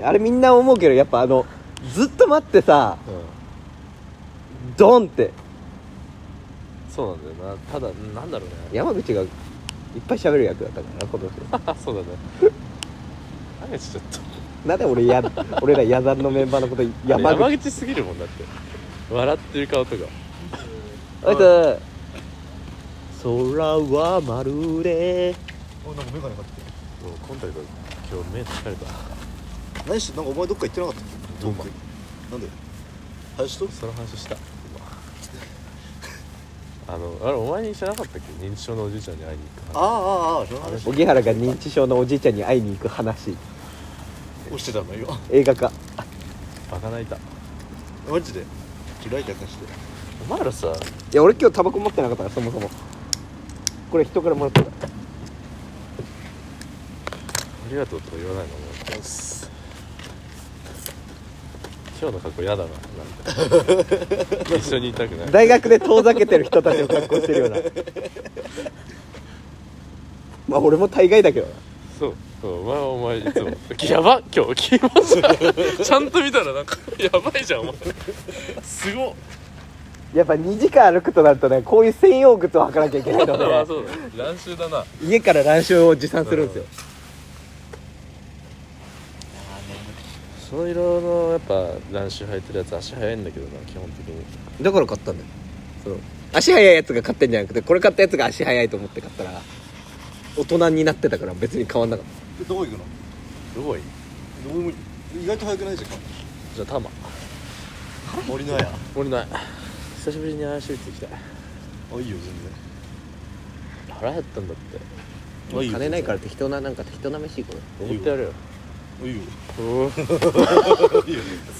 Speaker 2: ん、
Speaker 1: あれみんな思うけどやっぱあのずっと待ってさドンって
Speaker 2: そうなんだよなただなんだろうね
Speaker 1: 山口がいっぱい喋る役だったから今年
Speaker 2: *laughs* そうだね何ちょっと
Speaker 1: なんで俺や *laughs* 俺ら矢山のメンバーのこと
Speaker 2: 山
Speaker 1: 山
Speaker 2: 口
Speaker 1: 口
Speaker 2: すぎるもんだって笑ってる顔とか
Speaker 1: あいつ空はまるで
Speaker 3: おなんかメガネ買って
Speaker 2: もう今回が今日目疲れた
Speaker 3: 何してなんかお前どっか行ってなかったっけ
Speaker 2: どこ
Speaker 3: なんで林と
Speaker 2: その話したあのあれお前に知らなかったっけ認知症のおじいちゃんに会いに行く
Speaker 3: あああ
Speaker 2: 話
Speaker 3: ああその話
Speaker 1: 荻原が認知症のおじいちゃんに会いに行く話
Speaker 3: 押してたのよ
Speaker 1: 映画化
Speaker 2: バカ泣いた
Speaker 3: マジで嫌いだかして
Speaker 2: お前らさ
Speaker 1: いや俺今日タバコ持ってなかったからそもそもこれ人からもらったから
Speaker 2: ありがとうとか言わないのもう今日の格好嫌だななんか一緒にいたくない
Speaker 1: 大学で遠ざけてる人たちの格好してるような *laughs* まあ俺も大概だけどな
Speaker 2: そうそうお前はお前いつもやば今日キーマンさんちゃんと見たらなんかやばいじゃんお前すごっ
Speaker 1: やっぱ2時間歩くとなるとねこういう専用靴を履かなきゃいけないので、 *laughs*
Speaker 2: ああそうだ乱臭だな
Speaker 1: 家から乱臭を持参するんですよ
Speaker 2: その色のやっぱ乱臭履いてるやつ足速いんだけどな基本的に
Speaker 1: だから買ったんだよその足速いやつが買ってんじゃなくてこれ買ったやつが足速いと思って買ったら大人になってたから別に変わんなかっ
Speaker 4: でどこ行くの
Speaker 2: どこいい
Speaker 4: どこも意外と早くないじゃ
Speaker 2: じゃあタマ
Speaker 4: ん森のや
Speaker 2: 俺ない久しぶりに足行ってきた
Speaker 4: あいいよ
Speaker 2: 腹減ったんだって
Speaker 4: 全然
Speaker 1: た金ないからら適当ななんか適当な飯行こう
Speaker 2: 思ってやるよ
Speaker 4: いいよ
Speaker 2: お
Speaker 4: いいよ
Speaker 1: よ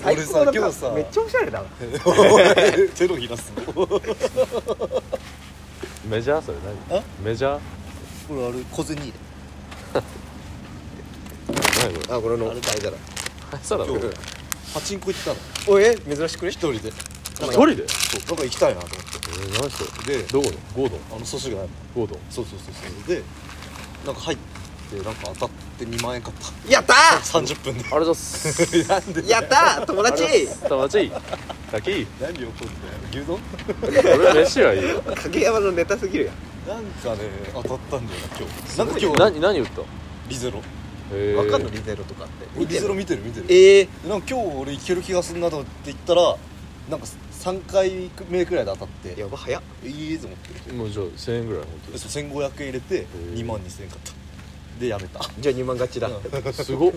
Speaker 4: 俺
Speaker 1: *laughs* 最高
Speaker 4: さ
Speaker 1: だ
Speaker 4: 今日さ
Speaker 1: めっちゃおしゃれだわ
Speaker 4: おい *laughs* 手のひらすのこ
Speaker 2: メジャーそれ何
Speaker 4: え
Speaker 2: メジャー
Speaker 4: れあれ小銭
Speaker 2: 何これ
Speaker 1: あこれのあれだな
Speaker 2: はいそうだ
Speaker 4: 今
Speaker 2: ろ
Speaker 4: 日パチンコ行ったの
Speaker 1: おいえ珍しくね
Speaker 4: 一人で
Speaker 2: 一人で
Speaker 4: そうなんか行きたいなと思
Speaker 2: えー何それ
Speaker 4: ってで
Speaker 2: どこのゴードン
Speaker 4: あの素子が
Speaker 2: ゴードン
Speaker 4: そうそうそうそうでなんか入ってなんか当たって2万円買った
Speaker 1: やった
Speaker 4: 30分で
Speaker 2: あれだっす *laughs*
Speaker 4: なんで
Speaker 1: ーやったー友達
Speaker 2: 友達ラキ
Speaker 4: 何怒ってんだよ牛丼
Speaker 2: 俺飯はいいよ
Speaker 1: 影山のネタすぎるやん
Speaker 4: なんかね当たったんだよな今日なんか今日
Speaker 2: 何何打った
Speaker 4: リゼロ
Speaker 2: え
Speaker 1: わかんのリゼロとかって
Speaker 4: 俺リゼロ見てる見てる
Speaker 1: ええ
Speaker 4: でなんか今日俺いける気がするなと思って言ったらなんか3回目くらいで当たって
Speaker 1: やば早っ
Speaker 4: いいと思ってる
Speaker 2: もうじゃあ1000円ぐらい本当
Speaker 4: でそう1500円入れて
Speaker 2: ー
Speaker 4: 2万2000円買ったでやめ *laughs* た
Speaker 1: じゃあ2万勝ちだ、
Speaker 2: にすごっ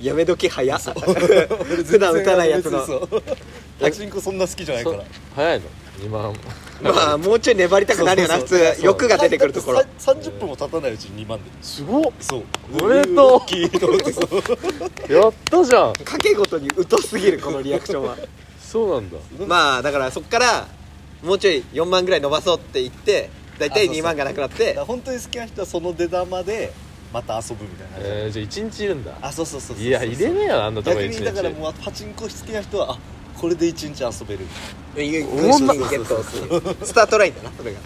Speaker 1: やめ時早っ普段打たないやつの
Speaker 4: 別にそう *laughs* パチンコそんな好きじゃないから
Speaker 2: そ早いの2万
Speaker 1: まあもうちょい粘りたくなるよな
Speaker 4: そ
Speaker 1: 普
Speaker 4: うそうそう
Speaker 1: 通欲が出てくるところ
Speaker 4: さ30分も経たないうちに2万です
Speaker 2: ごっ
Speaker 4: そう
Speaker 2: おめでとう
Speaker 4: 大きいと思ってそう
Speaker 2: やったじゃん
Speaker 1: 賭け事に疎すぎるこのリアクションは
Speaker 2: そうなんだ
Speaker 1: まあだからそっからもうちょい4万ぐらい伸ばそうって言って大体2万がなくなっ
Speaker 4: だ
Speaker 1: て
Speaker 4: *laughs* から本当に好きな人はその出玉でまた遊ぶみたいな感じ、
Speaker 2: えー、じゃあ1日いるんだ
Speaker 4: あそうそうそうそうい
Speaker 2: いや入れねえよあんなとこ
Speaker 4: 逆
Speaker 2: 1
Speaker 4: に
Speaker 2: 日
Speaker 4: だからもうパチンコ好きな人はあこれで一日遊べる
Speaker 1: 軍資
Speaker 2: おもんな
Speaker 1: 金ゲットっていうスタートラインだなそれが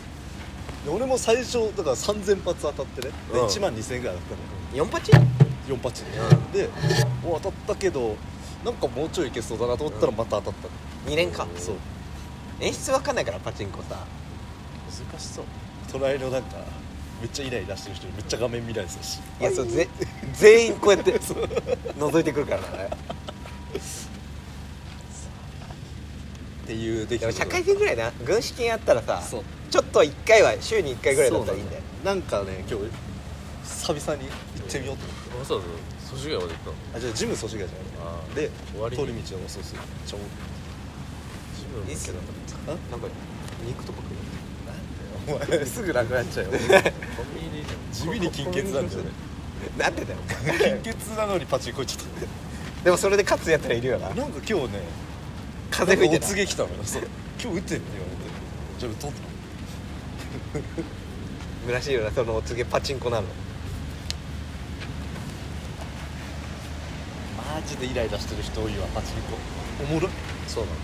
Speaker 4: で俺も最初だから3000発当たってね、で
Speaker 2: うん
Speaker 4: 1万2000円ぐらいだったの
Speaker 1: 4八
Speaker 4: 4発で、でお当たったけどなんかもうちょいいけそうだなと思ったらまた当たったの、
Speaker 1: 2年か
Speaker 4: そう
Speaker 1: 演出わかんないからパチンコさ
Speaker 2: 難しそう
Speaker 4: 隣のなんかめっちゃイライラしてる人にめっちゃ画面見られてたし
Speaker 1: いやそうぜ全員こうやって *laughs* 覗いてくるからなあ
Speaker 4: っていう出来
Speaker 1: れ
Speaker 4: 事
Speaker 1: 社会人ぐらいな軍資金あったらさ
Speaker 4: そう
Speaker 1: ちょっと1回は週に1回ぐらいだったらいいんだよ
Speaker 4: そうなんだよなんかね今日久々に行ってみようと思って、
Speaker 2: わざわざ組織外まで行ったの
Speaker 4: あじゃあジム組織がじゃない
Speaker 2: あ
Speaker 4: で
Speaker 2: 終わり
Speaker 4: 通り道をそうそうちょ
Speaker 2: 自分
Speaker 1: いいっすよ
Speaker 4: ん
Speaker 1: なんか肉とか食う
Speaker 4: お前すぐなくなっちゃうよ
Speaker 2: コンビニでいいじ
Speaker 4: 地味に金欠なんだよね
Speaker 1: *laughs* なんでだよ
Speaker 4: *laughs* 金欠なのにパチンコ行っちゃっ
Speaker 1: *laughs* でもそれで勝つやつらいるよな
Speaker 4: たなんか今日ね
Speaker 1: 風吹いて
Speaker 4: な
Speaker 1: た
Speaker 4: んかお告げ来たのよそう今日打ってんって言われてじゃあ打とうと
Speaker 1: らしいよなそのお告げパチンコなの
Speaker 4: マジでイライラしてる人多いわパチンコおもろい
Speaker 2: ゃんそうなん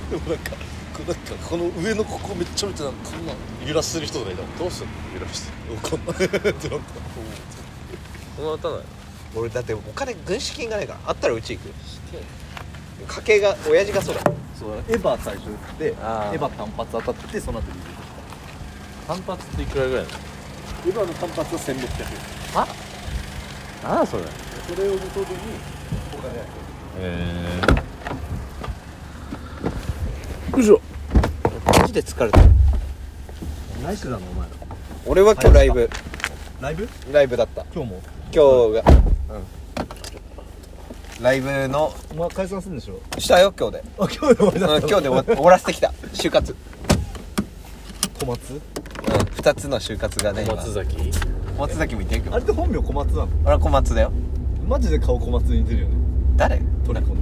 Speaker 2: だ
Speaker 4: でもなんかこうなんかこの上のここめっちゃ見てなんかこんなん揺らしてる人がいたもん
Speaker 2: どうすんの揺らして
Speaker 4: こんなってなんか
Speaker 2: この当たない
Speaker 1: 俺だってお金軍資金がないからあったらうち行くよ家計が親父がそうだ
Speaker 5: そうエヴァ最初打ってエヴ
Speaker 2: あー
Speaker 5: ァ *laughs* 単発当たっててその後に
Speaker 2: 単発っていくらぐらいなの
Speaker 5: エヴァの単発は1600円
Speaker 2: ああそれ
Speaker 5: それを元手にお金
Speaker 2: え
Speaker 1: マジで疲れた
Speaker 5: ナイスだなお前ら
Speaker 1: 俺は今日ライブ
Speaker 5: ライブ
Speaker 1: ライブだった
Speaker 5: 今日も
Speaker 1: 今日がうんライブの
Speaker 5: お前解散するんでし
Speaker 4: *laughs*
Speaker 5: ょ
Speaker 1: したよ *laughs* 今日で、
Speaker 5: あ今日で終わり
Speaker 1: うん、今
Speaker 5: だ
Speaker 1: 日で終わ終わらせてきた就活、
Speaker 5: 小松
Speaker 1: うん、2つの就活がね
Speaker 2: ー、
Speaker 1: 今
Speaker 2: 松崎
Speaker 1: 松崎も行ってんけ
Speaker 5: あ
Speaker 1: ど
Speaker 5: れって本名小松なの
Speaker 1: 俺は小松だよ
Speaker 5: マジで顔小松に似てるよね
Speaker 1: 誰
Speaker 5: トリコの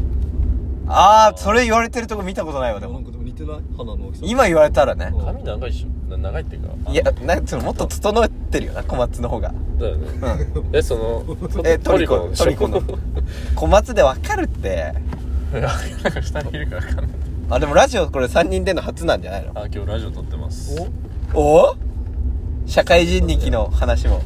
Speaker 1: ああそれ言われてるとこ見たことないわで
Speaker 5: な
Speaker 1: も
Speaker 5: んかでも似てない鼻の大きさ
Speaker 1: 今言われたらね
Speaker 5: うん
Speaker 2: 髪長いっしょな長いっていうか
Speaker 1: いやなんつうのもっと整ってるよな小松の方が
Speaker 2: だよね
Speaker 1: うん
Speaker 2: *laughs* えそのト
Speaker 1: えトリコ
Speaker 2: でしょ
Speaker 1: トリコの小松でわかるって
Speaker 2: いやなんか下にいるから分かんない
Speaker 1: あでもラジオこれ3人での初なんじゃないの
Speaker 2: あ今日ラジオ撮ってます
Speaker 1: おお社会人力の話も
Speaker 2: もう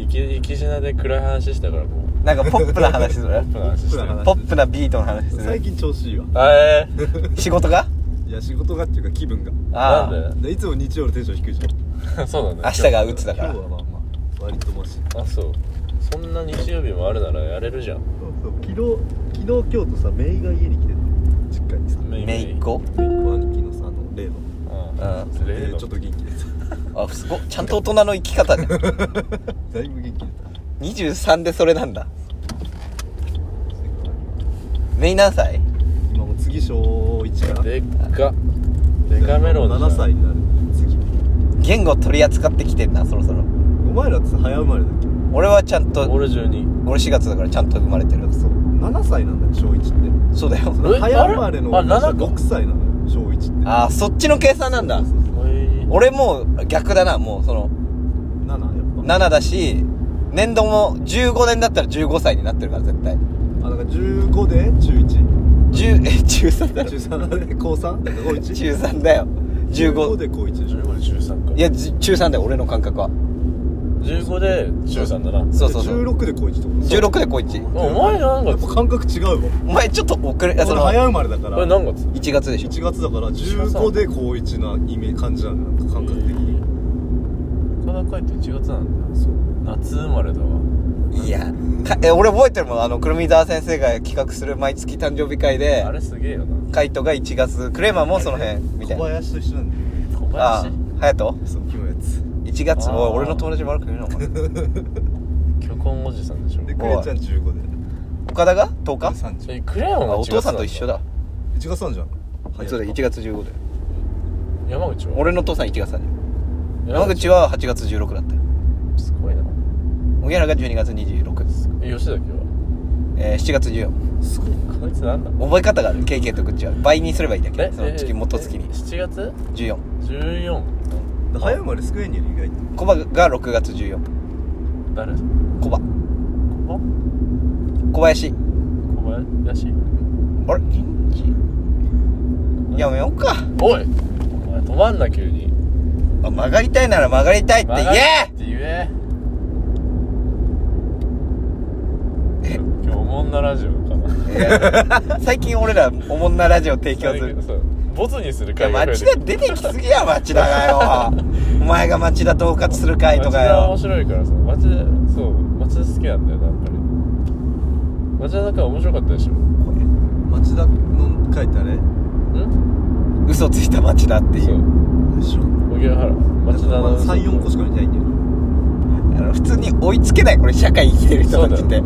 Speaker 2: 生き生き品で暗い話したからもう
Speaker 1: なんかポップな話す
Speaker 2: ポ
Speaker 1: る
Speaker 2: ップな話してる
Speaker 1: ポップなビートの話す
Speaker 4: 最
Speaker 1: る
Speaker 4: 近調子いいわ
Speaker 2: あえー
Speaker 1: 仕事が
Speaker 4: いや仕事がっていうか気分が
Speaker 2: な
Speaker 1: ああ
Speaker 2: ん
Speaker 4: でいつも日曜のテンション低いじゃん
Speaker 2: でそうなんだ
Speaker 1: 明日が鬱だか
Speaker 4: 今
Speaker 1: ら
Speaker 4: 日はまあまあ割とマシ
Speaker 2: あそうそんな日曜日もあるならやれるじゃん
Speaker 4: そうそう昨日昨日今日とさメイが家に来てんの実家にさメイ
Speaker 2: め
Speaker 1: めいっ子
Speaker 4: 子兄貴のさあの例の
Speaker 1: うん
Speaker 2: うん
Speaker 4: で
Speaker 2: 例の
Speaker 4: ちょっと元気でさ
Speaker 1: あすごっちゃんと大人の生き方じゃん
Speaker 4: *laughs* だいぶ元気でさ
Speaker 1: 23でそれなんだめい何歳
Speaker 4: 今もう次小一かな
Speaker 2: でっかデカメロンじゃん
Speaker 4: 7歳になる次
Speaker 1: 言語取り扱ってきてんなそろそろ
Speaker 4: お前らってさ早生まれだっけ
Speaker 1: 俺はちゃんと
Speaker 2: 俺12
Speaker 1: 俺4月だからちゃんと生まれてる
Speaker 4: そう7歳なんだよ小一って
Speaker 1: そうだよ
Speaker 4: そ
Speaker 2: え
Speaker 4: の早生まれの
Speaker 2: あれあ7か
Speaker 4: 6歳なのよ小一って
Speaker 1: ああそっちの計算なんだ
Speaker 2: おい
Speaker 1: 俺もう逆だなもうその
Speaker 4: 7やっぱ
Speaker 1: 7だし年度も15年だったら15歳になってるから絶対
Speaker 4: あだから15で中 1?
Speaker 1: 10え13だろ
Speaker 4: 中3で高 3? 高 1?
Speaker 1: 中3だよ
Speaker 4: 15
Speaker 1: 15
Speaker 4: で高1でしょ
Speaker 2: 15で13か
Speaker 1: いやじ中3だよ俺の感覚は
Speaker 2: 15で13だな
Speaker 1: そうそうそう
Speaker 4: 16で高1ってこと
Speaker 1: 16でこいち
Speaker 2: お前なん
Speaker 4: やっ
Speaker 2: か
Speaker 4: ぱ感覚違うわ
Speaker 1: お前ちょっと遅れいや
Speaker 4: 俺
Speaker 1: その
Speaker 4: 早生まれだか
Speaker 2: これ
Speaker 4: ら
Speaker 2: 何月
Speaker 1: 1月でしょ
Speaker 4: 1月だから15で高1なイメ感じなんだよ感覚的に
Speaker 2: この回って1月なんだそう夏生まれだわ
Speaker 1: いやかえ俺覚えてるもんあのくるみ沢先生が企画する毎月誕生日会で
Speaker 2: あれすげえよな
Speaker 1: カイトが1月クレーマーもその辺みたい
Speaker 4: 小
Speaker 1: な
Speaker 4: 林と一緒なんだよ
Speaker 2: 小
Speaker 1: あ
Speaker 2: 林
Speaker 1: あ隼人
Speaker 4: そうキモいやつ
Speaker 1: 1月
Speaker 2: あー
Speaker 1: おい俺の友達も悪く言うなお前
Speaker 2: 巨根おじさんでしょ
Speaker 4: でクレちゃん15で
Speaker 1: 岡田が10日
Speaker 4: 31
Speaker 2: えクレヨン
Speaker 1: あ
Speaker 2: が
Speaker 1: お
Speaker 2: 1月
Speaker 1: 父さんと一緒だ
Speaker 4: 月3じゃん早い
Speaker 1: そうだ1月15だよ
Speaker 2: 山口は
Speaker 1: 俺の父さん1月だよ山口
Speaker 2: は
Speaker 1: は8月16だったよ
Speaker 2: すごいな
Speaker 1: 荻原が12月26です、
Speaker 2: え吉崎は
Speaker 1: えー、7月14
Speaker 2: すごいこいつなんだ
Speaker 1: 覚え方がある KK とグッチは倍にすればいいんだっけ
Speaker 2: え
Speaker 1: その月
Speaker 2: え
Speaker 1: 元月に
Speaker 2: え7月
Speaker 1: 14
Speaker 2: 14
Speaker 4: 早生まれ少ないんだよね意外と
Speaker 1: コバが6月14
Speaker 2: 誰
Speaker 1: コバ
Speaker 2: 小
Speaker 1: 小林
Speaker 2: 小林
Speaker 1: あれやめようか
Speaker 2: おいお前止まんな急に
Speaker 1: あ曲がりたいなら曲がりたいって言え
Speaker 2: って言え今日おもんなラジオかない
Speaker 1: や最近俺らおもんなラジオ提供す
Speaker 2: *laughs*
Speaker 1: る
Speaker 2: そうボツにする
Speaker 1: いや
Speaker 2: 会
Speaker 1: 町田出てきすぎや町田
Speaker 2: *laughs*
Speaker 1: がよお前が町田統括する会とか
Speaker 2: 町田面
Speaker 1: よ
Speaker 2: 白いからさ町田そう町田好きなんだよなやっぱり町田なんか面白かったでしょ
Speaker 4: 町田の書いてあれ
Speaker 2: ん
Speaker 1: 嘘ついた町田ってい
Speaker 2: そうう
Speaker 4: 知らん
Speaker 2: 荻原町田の
Speaker 4: 34個しか見てないんだよね
Speaker 1: あの普通に追いつけないこれ社会生きてる人たちっ
Speaker 2: そうだ
Speaker 1: て
Speaker 2: よ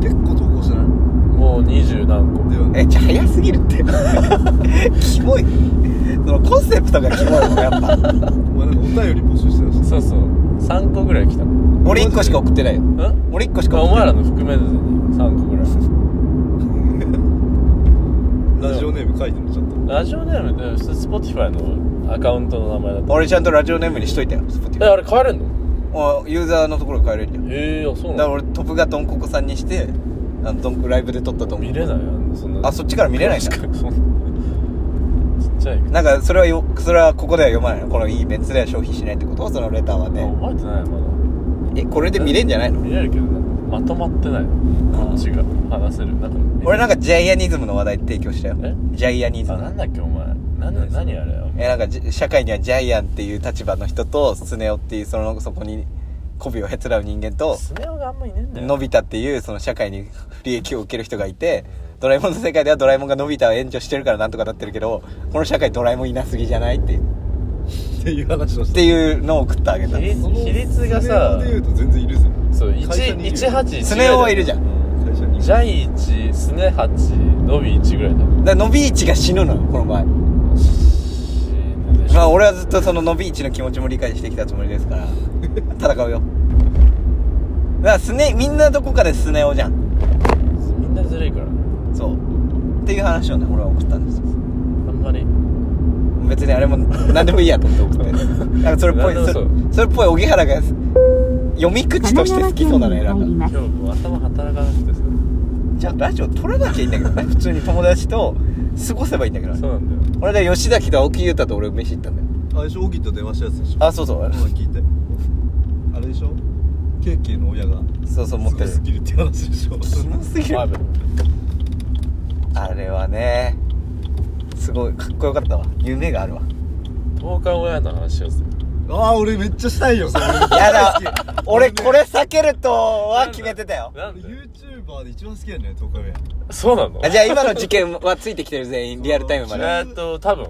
Speaker 4: 結構投稿してない
Speaker 2: もう二十何個
Speaker 4: ではね
Speaker 1: えじゃあ早すぎるって *laughs* キモいそのコンセプトがキモいもんやっぱ
Speaker 4: お前なんかお便り募集してました
Speaker 2: そうそう3個ぐらい来たん
Speaker 1: 俺1個しか送ってないよ俺1個しか送
Speaker 2: お
Speaker 1: って
Speaker 2: 前
Speaker 1: な
Speaker 2: ら
Speaker 1: い
Speaker 2: の含めずに3個ぐらい
Speaker 4: ラジオネーム書いてもちゃんと
Speaker 2: ラジオネームって普通 Spotify のアカウントの名前だった
Speaker 1: 俺ちゃんとラジオネームにしといたよ Spotify
Speaker 2: えあれ変えれんの
Speaker 1: あユーザーのところ変えれるじゃんだ
Speaker 2: ええあそ
Speaker 1: か
Speaker 2: う
Speaker 1: ら
Speaker 2: なの
Speaker 1: 俺トップがドンココさんにしてあのドンコライブで撮ったドン
Speaker 2: 見
Speaker 1: コ
Speaker 2: れないあんなそんな
Speaker 1: あそっちから見れないん
Speaker 2: し
Speaker 1: だ
Speaker 2: かそんなちっちゃい
Speaker 1: なんかそれはよそれはここでは読まないのこのいいメンツでは消費しないってことそのレターは
Speaker 2: ね
Speaker 1: ね
Speaker 2: 覚えてないまだ
Speaker 1: えこれで見れんじゃないの
Speaker 2: 見れるけどなんかまとまってないこっちが話せるなんか
Speaker 1: 俺なんかジャイアニズムの話題提供したよ
Speaker 2: え
Speaker 1: ジャイアニズ
Speaker 2: あな
Speaker 1: ム
Speaker 2: んだっけお前何何あれお前
Speaker 1: えなんかじ社会にはジャイアンっていう立場の人とスネ夫っていうそのそこに媚びをへつらう人間と
Speaker 2: スネ夫があんまいねえんだよ
Speaker 1: のび太っていうその社会に不利益を受ける人がいてドラえもんの世界ではドラえもんがのび太を援助してるからなんとかなってるけどこの社会ドラえもんいなすぎじゃないっていう
Speaker 4: っていう話をし
Speaker 1: ったていうのを送ってあげた
Speaker 2: 比率
Speaker 4: その
Speaker 2: 比率がさ
Speaker 4: スネ夫で言うと全然いるぜ
Speaker 2: そう
Speaker 4: 会社にいる
Speaker 2: 181
Speaker 1: スネ夫はいるじゃん
Speaker 4: 会社に
Speaker 2: ジャイ1スネ8のび1ぐらいだ
Speaker 1: だからのびいちが死ぬのよこの場合まあ俺はずっとそののびいちの気持ちも理解してきたつもりですから
Speaker 2: *laughs*
Speaker 1: 戦うよだからスネみんなどこかでスネ夫じゃん
Speaker 2: みんなずるいから
Speaker 1: そうっていう話をね俺は送ったんですよ
Speaker 2: あんまり
Speaker 1: 別にあれも何でもいいやと思って
Speaker 2: *laughs*
Speaker 1: 送ってなんかそれっぽい
Speaker 2: なんでも
Speaker 1: そ
Speaker 2: そ
Speaker 1: れ
Speaker 2: う
Speaker 1: それっぽい荻原が読み口として好きそうだねなんか
Speaker 2: 今日もう頭働かなくてさ
Speaker 1: じゃあラジオ撮らなきゃいいんだけどね普通に友達と過ごせばいいんだけどね
Speaker 2: そうなんだよ
Speaker 1: 俺で吉崎と青木優太と俺飯行ったんだよ
Speaker 4: あれでしょオギーと電話したやつでしょ
Speaker 1: あそうそう
Speaker 4: 今聞いてあれでしょ経験の親が
Speaker 1: そうそう持ってる
Speaker 4: すごい好きでっていう話でしょ
Speaker 1: キモすぎる
Speaker 2: あでも
Speaker 1: あれはねすごいかっこよかったわ夢があるわ
Speaker 2: 放課後やの話をする
Speaker 4: ああ俺めっちゃしたい
Speaker 1: *laughs*
Speaker 4: よそれ
Speaker 1: やだ俺これ避けるとは決めてたよ
Speaker 2: なんで
Speaker 4: YouTuber で一番好きやね東海弁
Speaker 2: そうなの
Speaker 1: あじゃあ今の事件はついてきてる全員リアルタイムま
Speaker 2: え
Speaker 1: で
Speaker 4: あ
Speaker 2: ーっと多分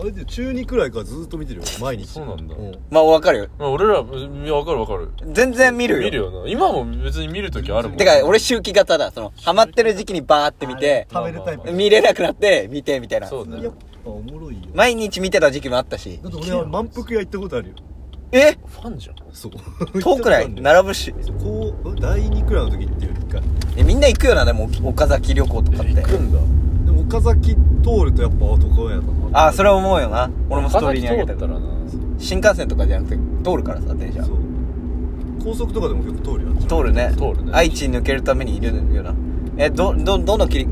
Speaker 4: あれで中2くらいからずっと見てるよ毎日
Speaker 2: そうなんだ
Speaker 1: まあ分かるよ
Speaker 2: まあ俺らうんいやわかるわかる
Speaker 1: 全然見るよ
Speaker 2: 見るよな今も別に見るときあるもん
Speaker 1: てか俺周期型だそのハマってる時期にバーって見て
Speaker 4: 食べるタイプ
Speaker 1: 見れなくなって見てみたいな
Speaker 2: そうね
Speaker 4: やっぱおもろいよ
Speaker 1: 毎日見てた時期もあったし
Speaker 4: だって俺は満腹屋行ったことあるよ
Speaker 1: え
Speaker 2: ファンじゃん
Speaker 4: そう
Speaker 1: *laughs* 遠くない
Speaker 4: な
Speaker 1: 並ぶし
Speaker 4: こう第2くらいの時行ってる一回
Speaker 1: えみんな行くよなでも岡崎旅行とかって
Speaker 2: 行くんだ
Speaker 4: でも岡崎通るとやっぱあ東海弁やったな
Speaker 1: ああそれ思うよな俺もストーリーにあげた
Speaker 2: かなり通ったらなそう
Speaker 1: 新幹線とかじゃなくて通るからさ電車
Speaker 4: そう高速とかでも結構通るよ
Speaker 1: 通るね
Speaker 2: 通るね
Speaker 1: 愛知抜けるためにいるよなえどどどの切り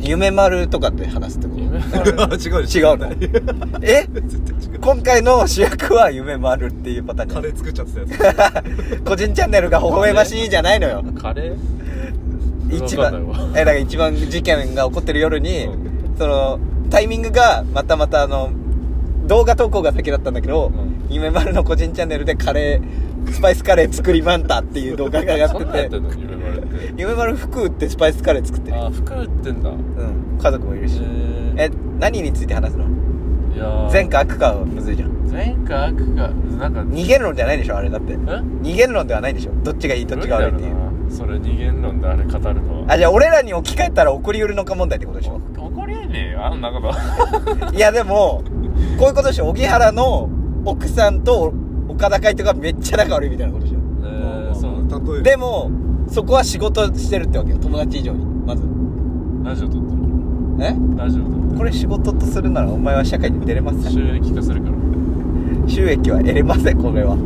Speaker 1: 夢丸とかって話すってこと
Speaker 2: 夢
Speaker 4: あ違うよ
Speaker 1: *laughs* 違うのえ
Speaker 4: 絶対違う
Speaker 1: 今回の主役は夢丸っていうパターンじゃ
Speaker 4: カ
Speaker 1: な
Speaker 4: レ
Speaker 1: い
Speaker 4: ー作っちゃってたやつ
Speaker 1: 個人チャンネルが微笑ましいじゃないのよ
Speaker 2: カレー
Speaker 1: 一
Speaker 2: わか
Speaker 1: 番
Speaker 2: んないわ
Speaker 1: えだから一番事件が起こってる夜に
Speaker 2: う
Speaker 1: そのタイミングがまたまたあの動画投稿が先だったんだけど、
Speaker 2: ん
Speaker 1: 夢丸の個人チャンネルでカレースパイスカレー作りまんたっていう動画が上
Speaker 2: そんなん
Speaker 1: が
Speaker 2: や
Speaker 1: っ
Speaker 2: ってて
Speaker 1: て
Speaker 2: んの夢丸って
Speaker 1: 夢丸服売ってスパイスカレー作ってる
Speaker 2: あ服売ってんだ
Speaker 1: うん家族もいるし
Speaker 2: え
Speaker 1: え何について話すの
Speaker 2: ーいやー
Speaker 1: 前科悪かはむずいじゃん
Speaker 2: 前科悪かなんか
Speaker 1: 逃げる論じゃないでしょあれだって
Speaker 2: え
Speaker 1: 逃げる論ではないんでしょどっちがいいどっちが悪いってい
Speaker 2: 無
Speaker 1: う
Speaker 2: 理だろなそれ二元論であれ語るのは
Speaker 1: あじゃあ俺らに置き換えたら送りうるのか問題ってこと *laughs* でしょ
Speaker 2: お怒りえねえよあんなこ
Speaker 1: *laughs*
Speaker 2: と
Speaker 1: いやでもこういうことでしょ荻原の奥さんと岡田海人がめっちゃ仲悪いみたいなことでしょ
Speaker 2: えーそうなんだ
Speaker 4: 例えば *laughs*
Speaker 1: でもそこは仕事してるってわけよ友達以上にまず
Speaker 2: ラジオ撮ってる
Speaker 1: え
Speaker 2: ラジオ撮ってる
Speaker 1: これ仕事とするならお前は社会に出れません
Speaker 2: 収益化するから
Speaker 1: 収益は得れませんこれは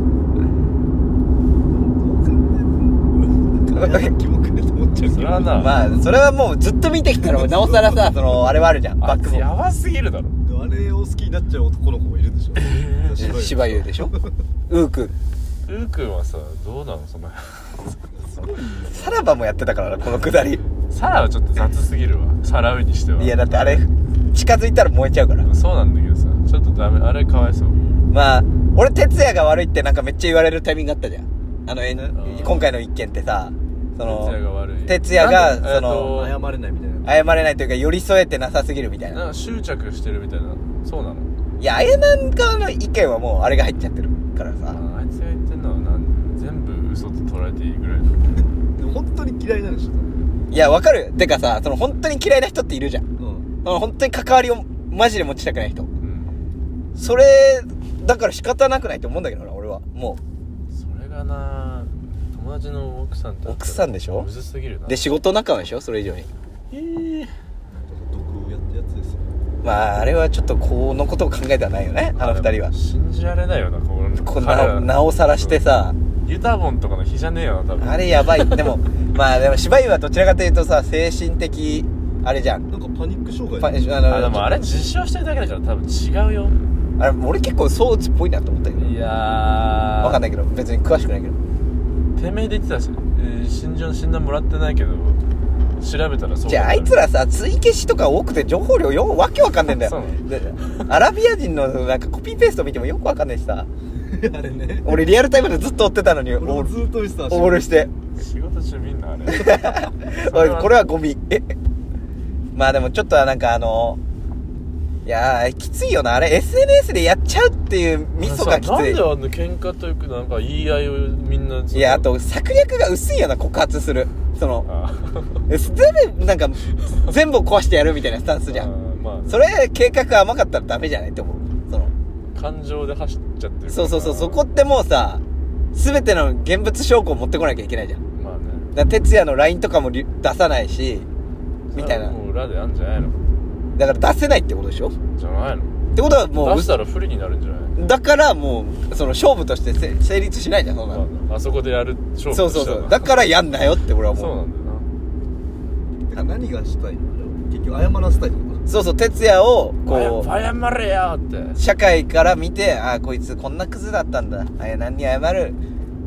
Speaker 4: キモくねと思っちゃう
Speaker 2: そ
Speaker 4: け
Speaker 2: れ
Speaker 4: ど
Speaker 2: はな、
Speaker 1: まあそれはもうずっと見てきたらなおさら *laughs* さそのあれはあるじゃん
Speaker 2: あ
Speaker 1: バ
Speaker 2: い
Speaker 1: ック
Speaker 2: つ
Speaker 1: ボ
Speaker 2: や
Speaker 1: ー
Speaker 2: ばすぎるだろ
Speaker 4: あれを好きになっちゃう男の子もいるんでしょ
Speaker 1: ン芝
Speaker 4: 居
Speaker 1: 居でしょウーク
Speaker 2: うーくんはさどうなのその
Speaker 1: さらばもやってたからなこのくだり
Speaker 2: サラはちょっと雑すぎるわさらうにしてはい
Speaker 1: やだってあれ近づいたら燃えちゃうから
Speaker 2: そうなんだけどさちょっとダメあれかわいそう
Speaker 1: まあ俺哲也が悪いってなんかめっちゃ言われるタイミングあったじゃんあのえん
Speaker 2: ん
Speaker 1: 今回の一件ってさそ
Speaker 2: 哲也が
Speaker 1: の
Speaker 2: 悪い
Speaker 1: 哲也が
Speaker 2: なんでえ
Speaker 1: その
Speaker 2: ーと
Speaker 4: 謝れないみたいな
Speaker 1: 謝れないというか寄り添えてなさすぎるみたい
Speaker 2: なん
Speaker 1: な
Speaker 2: か執着してるみたいなそうなの
Speaker 1: いやあやなんかの意見はもうあれが入っちゃってるからさ
Speaker 2: ああいつが言ってんのはなん全部嘘と捉えていいぐらいの
Speaker 4: でも本当に嫌いなんでしょ
Speaker 1: いやわかるてかさその本当に嫌いな人っているじゃん
Speaker 4: うん
Speaker 1: その本当に関わりをマジで持ちたくない人
Speaker 2: うん
Speaker 1: それだから仕方なくないと思うんだけどな俺はも
Speaker 2: それがな友達の奥さんと
Speaker 1: 奥さんでしょ
Speaker 2: むずすぎるな
Speaker 1: うで仕事仲間でしょそれ以上に
Speaker 2: えー
Speaker 4: 毒をやったやつですよ
Speaker 1: まああれはちょっとこのことを考えてはないよねあの二人は
Speaker 2: 信じられないよなこの
Speaker 1: こん
Speaker 2: 彼
Speaker 1: な
Speaker 2: ら
Speaker 1: なおさらしてさ
Speaker 2: ユタボンとかの日じゃねえよな多分
Speaker 1: あれや
Speaker 2: *laughs*
Speaker 1: ばいでもまあでも芝居はどちらかというとさ精神的あれじゃん
Speaker 4: なんかパニック障
Speaker 1: パあ
Speaker 4: 害
Speaker 1: の
Speaker 2: あでもあれ実証してるだけだから多分違うよ
Speaker 1: あれ俺結構装置っぽいなと思ったけど
Speaker 2: いやー
Speaker 1: わかんないけど別に詳しくないけど
Speaker 2: てめえで言ってたし、えー、心情の診断もらってないけど調べたらそう
Speaker 1: じゃああいつらさ追い消しとか多くて情報量よわけわかんねえんだ
Speaker 2: そう
Speaker 1: よ
Speaker 2: なの
Speaker 1: でアラビア人のなんかコピーペースト見てもよくわかんないしさ
Speaker 4: あれね
Speaker 1: 俺リアルタイムでずっと追ってたのにオ
Speaker 4: 俺も
Speaker 1: ール
Speaker 4: ずっと見てた
Speaker 1: オールして
Speaker 2: 仕事中みんなあれ
Speaker 1: *laughs* おいこれ
Speaker 2: は
Speaker 1: はゴミえまあでもちょっとはなんかあのいやーきついよなあれ SNS でやっちゃうっていうミソがきつ
Speaker 2: なん
Speaker 1: い
Speaker 2: であんな喧嘩というかなんか言い合いをみんない
Speaker 1: やあと策略が薄いよな告発するその
Speaker 2: あ
Speaker 1: え全部なんか全部を壊してやるみたいなスタンスじゃ
Speaker 2: あ
Speaker 1: ん
Speaker 2: ーまあ
Speaker 1: それ計画甘かったらダメじゃないって思うその
Speaker 2: 感情で走っちゃってるから
Speaker 1: そうそうそうそこってもうさ全ての現物証拠を持ってこなきゃいけないじゃんだか
Speaker 2: まあね
Speaker 1: ら哲也の LINE とかもり出さないしみたいな
Speaker 2: もう裏であんじゃないの
Speaker 1: だから出せないってことでしょっ
Speaker 2: じゃないの
Speaker 1: てことはもう
Speaker 2: 出したら不利になるんじゃない
Speaker 1: だからもうその勝負としてせ成立しないじゃんそんなの
Speaker 2: まああそこでやる勝負
Speaker 1: そうそうそうだ
Speaker 2: か
Speaker 1: からやんなよって俺は
Speaker 2: そう
Speaker 1: 思
Speaker 2: な
Speaker 1: うん
Speaker 2: だよ
Speaker 4: てか何がしたいのあれは結局謝らせたいってこ
Speaker 1: そうそう哲也をこ
Speaker 2: な
Speaker 1: う
Speaker 2: 謝れよって
Speaker 1: 社会から見てああこいつこんなクズだったんだあいや何に謝る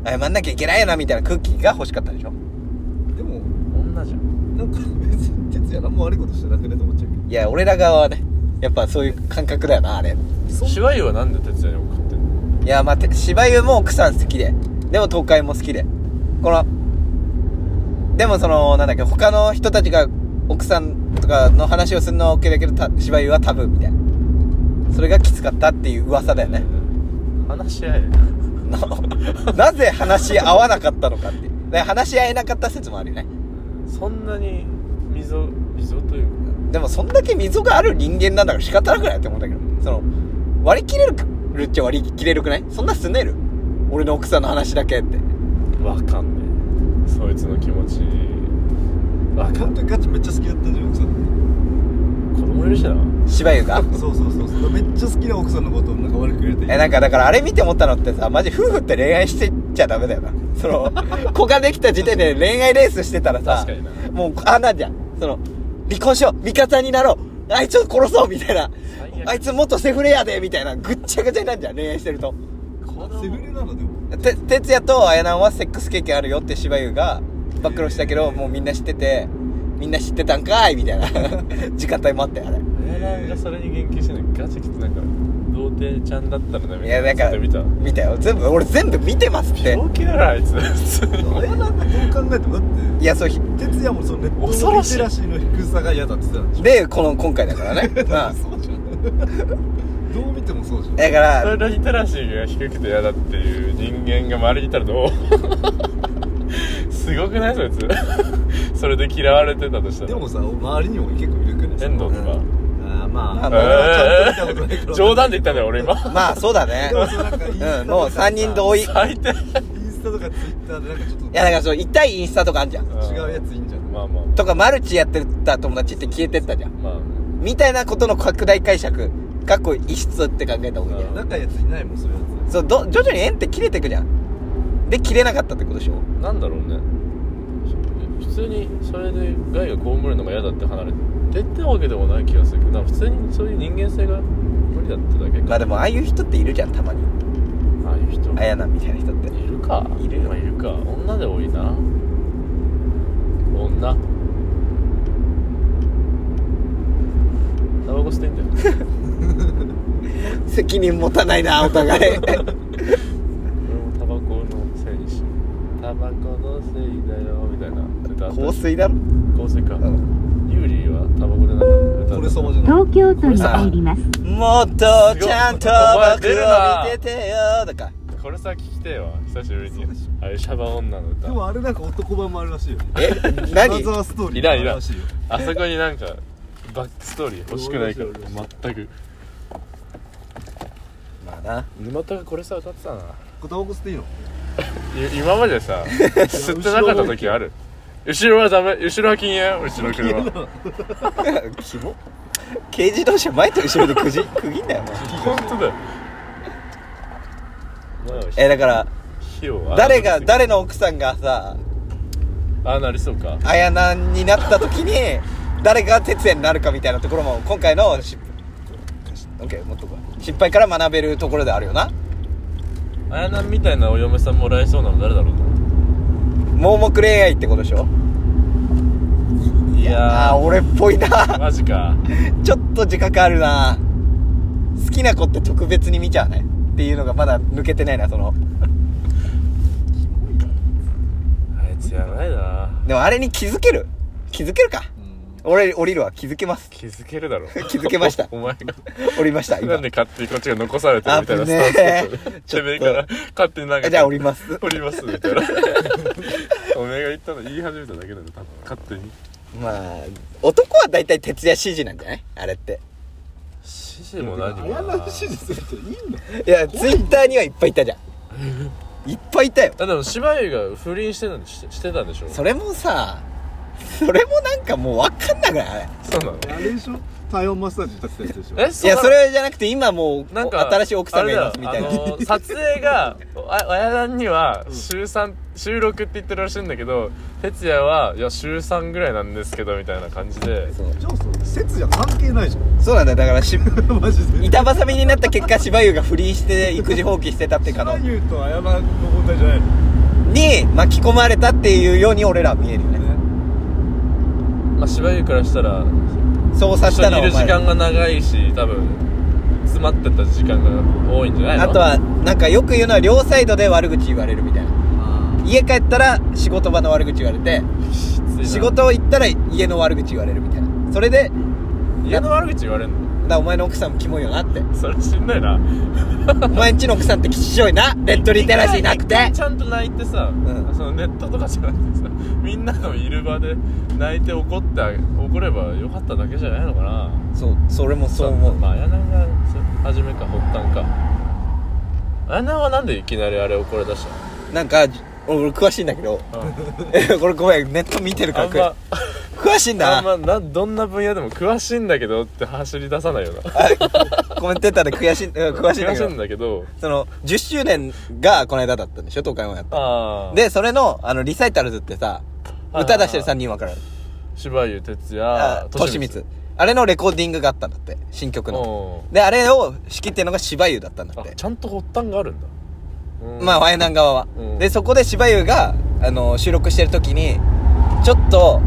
Speaker 1: 謝んなきゃいけないよなみたいな空気が欲しかったでしょ
Speaker 4: でも
Speaker 2: 女じゃん
Speaker 4: なんか別に哲也何も悪いことしてなくねと思っちゃうけど
Speaker 1: いや俺ら側はねやっぱそういう感覚だよなあれ
Speaker 2: 芝居はなんで哲也に送ってんの
Speaker 1: いやまあて芝居も奥さん好きででも東海も好きでこのでもそのなんだっけ他の人たちが奥さんとかの話をするのは OK だけどた芝居はタブーみたいなそれがきつかったっていう噂だよね *laughs*
Speaker 2: 話し合え
Speaker 1: ななぜ話し合わなかったのかっていうで話し合えなかった説もあるよね
Speaker 2: そんなに溝溝というか
Speaker 1: でもそんだけ溝がある人間なんだから仕方なくないって思うんだけどその割り切れるっちゃ割り切れるくないそんなすねる俺の奥さんの話だけって
Speaker 2: わかんねえそいつの気持ちわかん
Speaker 4: 本
Speaker 2: ね
Speaker 4: 当にガチめっちゃ好きだったじゃん奥さん
Speaker 2: え子供いるしな
Speaker 1: 芝居が *laughs*
Speaker 4: そうそうそうそうめっちゃ好きな奥さんのことをなんか悪く言われて
Speaker 1: えなんかだからあれ見て思ったのってさマジ夫婦って恋愛してっちゃダメだよなその子ができた時点で恋愛レースしてたらさ
Speaker 2: 確かにな
Speaker 1: もうあなんじゃんその離婚しよう味方になろうあいつを殺そうみたいな
Speaker 2: 最悪
Speaker 1: あいつ元セフレやでみたいなぐっちゃぐちゃになんじゃん恋愛してると
Speaker 2: 子
Speaker 4: セフレなのでも
Speaker 1: て哲也と綾菜はセックス経験あるよって芝居が暴露したけどもうみんな知っててみんな知ってたんかいみたいな *laughs* 時間帯もあったよあれ
Speaker 2: 俺なんかそれに言及してんのガチきつなんか童貞ちゃんだったらダメ
Speaker 1: いやだから
Speaker 2: 見た
Speaker 1: 見たよ全部俺全部見てますって
Speaker 2: 病気だろあいつ普通に
Speaker 4: あれなんかどう考えてもだって
Speaker 1: いやそうひ
Speaker 4: 哲也もそのネット
Speaker 2: 恐
Speaker 4: の
Speaker 2: ろ
Speaker 4: リ
Speaker 2: しい
Speaker 4: テラシーの低さが嫌だって言ってたんでしょ
Speaker 1: でこの今回だからね、 *laughs* まあ
Speaker 4: そうじゃんどう見てもそうじゃん
Speaker 1: だから
Speaker 2: それリテラシーが低くて嫌だっていう人間が周りにいたらどうすごくないそいつそれで嫌われてたとしたら
Speaker 4: でもさ周りにも結構いるくない
Speaker 2: 遠藤とか、
Speaker 4: ああまあ
Speaker 1: あ
Speaker 4: あ
Speaker 1: の
Speaker 4: 俺はちゃんと見たことな
Speaker 2: え
Speaker 4: いか
Speaker 2: ー
Speaker 4: ら
Speaker 2: 冗談で言ったんだよ俺今
Speaker 1: まあそうだね
Speaker 4: でもそうなんかインスタ
Speaker 1: うんもう3人同意いや
Speaker 2: 最低
Speaker 4: インスタとかツイッターでなんかちょっ
Speaker 1: だからそう痛いインスタとかあんじゃん
Speaker 4: と違うやついいんじゃない
Speaker 2: まあまあ
Speaker 1: とかマルチやってた友達って消えてったじゃん
Speaker 2: まあ
Speaker 1: みたいなことの拡大解釈かっこ異質って考えた方がいいね
Speaker 2: うん
Speaker 4: 仲いいやついないもんそういうや
Speaker 1: そうど徐々に縁って切れてくじゃんで切れなかったってことでしょ
Speaker 2: なんだろうね普通にそれで害が被るのが嫌だって離れてったわけでもない気がするけどなんか普通にそういう人間性が無理だってだけか
Speaker 1: まあでもああいう人っているじゃんたまに
Speaker 2: ああいう人
Speaker 1: あやなみたいな人って
Speaker 2: いるか
Speaker 1: いるよ
Speaker 2: まあいるか女で多いな女タバコ吸って
Speaker 1: *laughs*
Speaker 2: んだよ
Speaker 1: 責任持たないなお互い
Speaker 2: 俺もタバコのせいにしタバコのせいだよみたいな歌あった
Speaker 1: 香水だろ
Speaker 2: 香水か、
Speaker 1: うん
Speaker 2: ユーリーはタバコでなんか歌
Speaker 4: つ俺様
Speaker 2: う
Speaker 4: じゃない
Speaker 6: 東京都に入ります。
Speaker 1: もっとちゃんと僕を見ててよとか
Speaker 2: これさ聞きてえわ久しぶりに
Speaker 4: そうでし
Speaker 2: あれシャバ女の
Speaker 4: で
Speaker 2: 歌
Speaker 4: もあれなんか男版もあるらしいよ
Speaker 1: え
Speaker 4: アナ
Speaker 1: 何
Speaker 4: ザーストーリー
Speaker 2: いらんい
Speaker 4: もあ
Speaker 2: らん
Speaker 4: るらしいよ
Speaker 2: あそこになんかバックストーリー欲しくないか
Speaker 4: 俺
Speaker 2: ら全く
Speaker 1: まあな *laughs*
Speaker 2: 沼田がこれさ歌ってたな
Speaker 4: これタバコ吸っていいの
Speaker 2: い今までさ吸ってなかった時ある後ろはダメ後ろは禁煙後ろ車
Speaker 1: キモ軽自動車前と後ろでくじ区切んなよ
Speaker 2: 本当だよ前は
Speaker 1: えだから
Speaker 2: 火を
Speaker 1: 誰が誰の奥さんがさ
Speaker 2: ああなりそうか
Speaker 1: あやなんになった時に誰が哲也になるかみたいなところも今回の失オッケー持っとこう失敗から学べるところであるよな
Speaker 2: あやなんみたいなお嫁さんもらえそうなの誰だろうな
Speaker 1: 盲目恋愛ってことでしょ
Speaker 2: い
Speaker 1: あ
Speaker 2: や
Speaker 1: ー俺っぽい
Speaker 2: ー
Speaker 1: な *laughs*
Speaker 2: マジか
Speaker 1: ちょっと自覚あるな好きな子って特別に見ちゃうねっていうのがまだ抜けてないなその
Speaker 2: あいつやばいな
Speaker 1: でもあれに気づける気づけるか俺降りるわ気づけます
Speaker 2: 気づけるだろ
Speaker 1: 気づけました
Speaker 2: おお前が
Speaker 1: 降りました今
Speaker 2: なんで勝手にこっちが残されてるみたいな
Speaker 1: 危ねえ
Speaker 2: スタンスだっ
Speaker 1: ちょ
Speaker 2: た
Speaker 1: っと
Speaker 2: てめえから勝手になんか
Speaker 1: じゃあ降ります
Speaker 2: 降りますみたいな *laughs* おめえが言ったの言い始めただけなんだ多分勝手に
Speaker 1: まあ男は大体徹夜指示なんじゃないあれって
Speaker 2: 指示も何も
Speaker 4: あやな指示する人いいの
Speaker 1: いやツイッターにはいっぱいいたじゃんいっぱいいたよ
Speaker 2: あでも芝居が不倫してたんでししてたんでしょ
Speaker 1: それもさそれもなんかもう分かんなくないあれ
Speaker 2: そうなの
Speaker 4: あれでしょ体温マッサージしたってやつでしょ
Speaker 2: え
Speaker 1: い
Speaker 2: そうな
Speaker 1: や
Speaker 2: の
Speaker 1: それじゃなくて今もう
Speaker 2: なんか
Speaker 1: 新しい奥さんがいますみたいな
Speaker 2: あれだよあのー撮影がああやだんには週3収録って言ってるらしいんだけど哲也はいや週3ぐらいなんですけどみたいな感じで
Speaker 1: そう
Speaker 4: じゃあそう節じゃ関係ないじゃ
Speaker 1: そうなんだよだからし *laughs*
Speaker 4: んマジで
Speaker 1: 板挟みになった結果芝生が不倫して育児放棄してたって可
Speaker 4: 島
Speaker 1: 能
Speaker 4: 優と謝るの問題じゃないの
Speaker 1: に巻き込まれたっていうように俺らは見えるよね
Speaker 2: まあ芝居からしたら
Speaker 1: そうさ
Speaker 2: 一
Speaker 1: せ
Speaker 2: 緒
Speaker 1: たの
Speaker 2: に
Speaker 1: はお
Speaker 2: いる時
Speaker 1: 前ら
Speaker 2: 間が長いし多分詰まってた時間が多いんじゃないの
Speaker 1: あとはなんかよく言うのは両サイドで悪口言われるみたいな家帰ったら仕事場の悪口言われて
Speaker 2: きついな
Speaker 1: 仕事行ったら家の悪口言われるみたいなそれで
Speaker 2: 家の悪口言われんの
Speaker 1: だお前の奥さんもキモいよなって
Speaker 2: それしんどいな
Speaker 1: お前んちの奥さんってきっしょいなレッドリテラシーなく
Speaker 2: 一回
Speaker 1: て
Speaker 2: ちゃんと泣いてさ、
Speaker 1: ん
Speaker 2: そのネットとかじゃなくてさみんなのいる場で泣いて怒ってあげ怒ればよかっただけじゃないのかな
Speaker 1: そうそれもそう思う
Speaker 2: まあ綾菜がそ初めか発端か綾菜はなんでいきなりあれ怒り出したの
Speaker 1: なんかじ俺詳しいんだけ
Speaker 2: *laughs*
Speaker 1: ど *laughs* これごめんネット見てるか
Speaker 2: あ
Speaker 1: ら
Speaker 2: んま
Speaker 1: 詳しいんだ
Speaker 2: あ
Speaker 1: なん
Speaker 2: まなどんな分野でも詳しいんだけどって走り出さないよな
Speaker 1: *laughs* コメンテーターで悔しい、うん詳しいんだけ
Speaker 2: 詳しいん
Speaker 1: ど、
Speaker 2: だけど
Speaker 1: その、10周年がこの間だったんでしょ東海オンやった。
Speaker 2: ああ
Speaker 1: で、それの、あの、リサイタルズってさ、
Speaker 2: はい
Speaker 1: 歌出してる3人分からる。
Speaker 2: 柴生哲
Speaker 1: あ
Speaker 2: 也
Speaker 1: としみつ。あれのレコーディングがあったんだって、新曲の。
Speaker 2: う
Speaker 1: で、あれを仕切ってるのが芝生だったんだ
Speaker 2: んあ
Speaker 1: って
Speaker 2: ち。ゃんと発端があるんだうん
Speaker 1: まあ、ワイナン側は
Speaker 2: うん。
Speaker 1: で、そこで芝生が、あの、収録してる時に、ちょっと、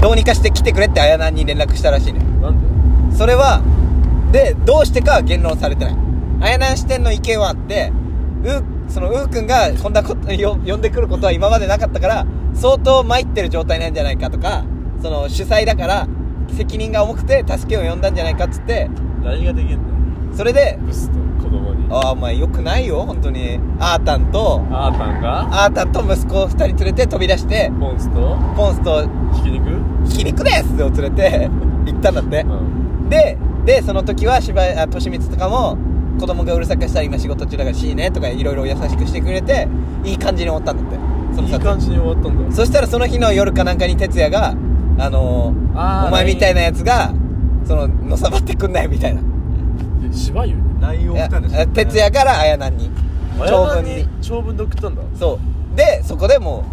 Speaker 1: どうにかして来てくれってあやなんに連絡したらしいね。
Speaker 2: なんで
Speaker 1: それはでどうしてかは言論されてないあやなん視点の意見はあってうそのうーくんがこんなことよ呼んでくることは今までなかったから相当参ってる状態なんじゃないかとかその主催だから責任が重くて助けを呼んだんじゃないかっつって
Speaker 2: LINE ができんだよ
Speaker 1: それで
Speaker 2: ブスと子
Speaker 1: 「
Speaker 2: 供に
Speaker 1: ああお前よくないよ本当にあーたんと
Speaker 2: あーたんが
Speaker 1: あーたんと息子を2人連れて飛び出して
Speaker 2: モンスと
Speaker 1: ポンスと
Speaker 2: ひき肉
Speaker 1: ひき肉です!」を連れて行ったんだって
Speaker 2: うん
Speaker 1: ででその時は柴あとしみつとかも子供がうるさくしたら今仕事中だからしいねとかいろいろ優しくしてくれていい感じに終わったんだってその
Speaker 2: い
Speaker 1: 撮
Speaker 2: い
Speaker 1: 影
Speaker 2: 感じに終わったんだ
Speaker 1: そしたらその日の夜かなんかに哲也が「あのー
Speaker 2: あー
Speaker 1: お前みたいなやつがそののさばってくんない」みたいな
Speaker 2: え芝生に
Speaker 4: LINE を送ったんで
Speaker 1: い
Speaker 4: す
Speaker 1: や哲也から綾菜に長文に
Speaker 2: 長文で送ったんだ
Speaker 1: そうでそこでも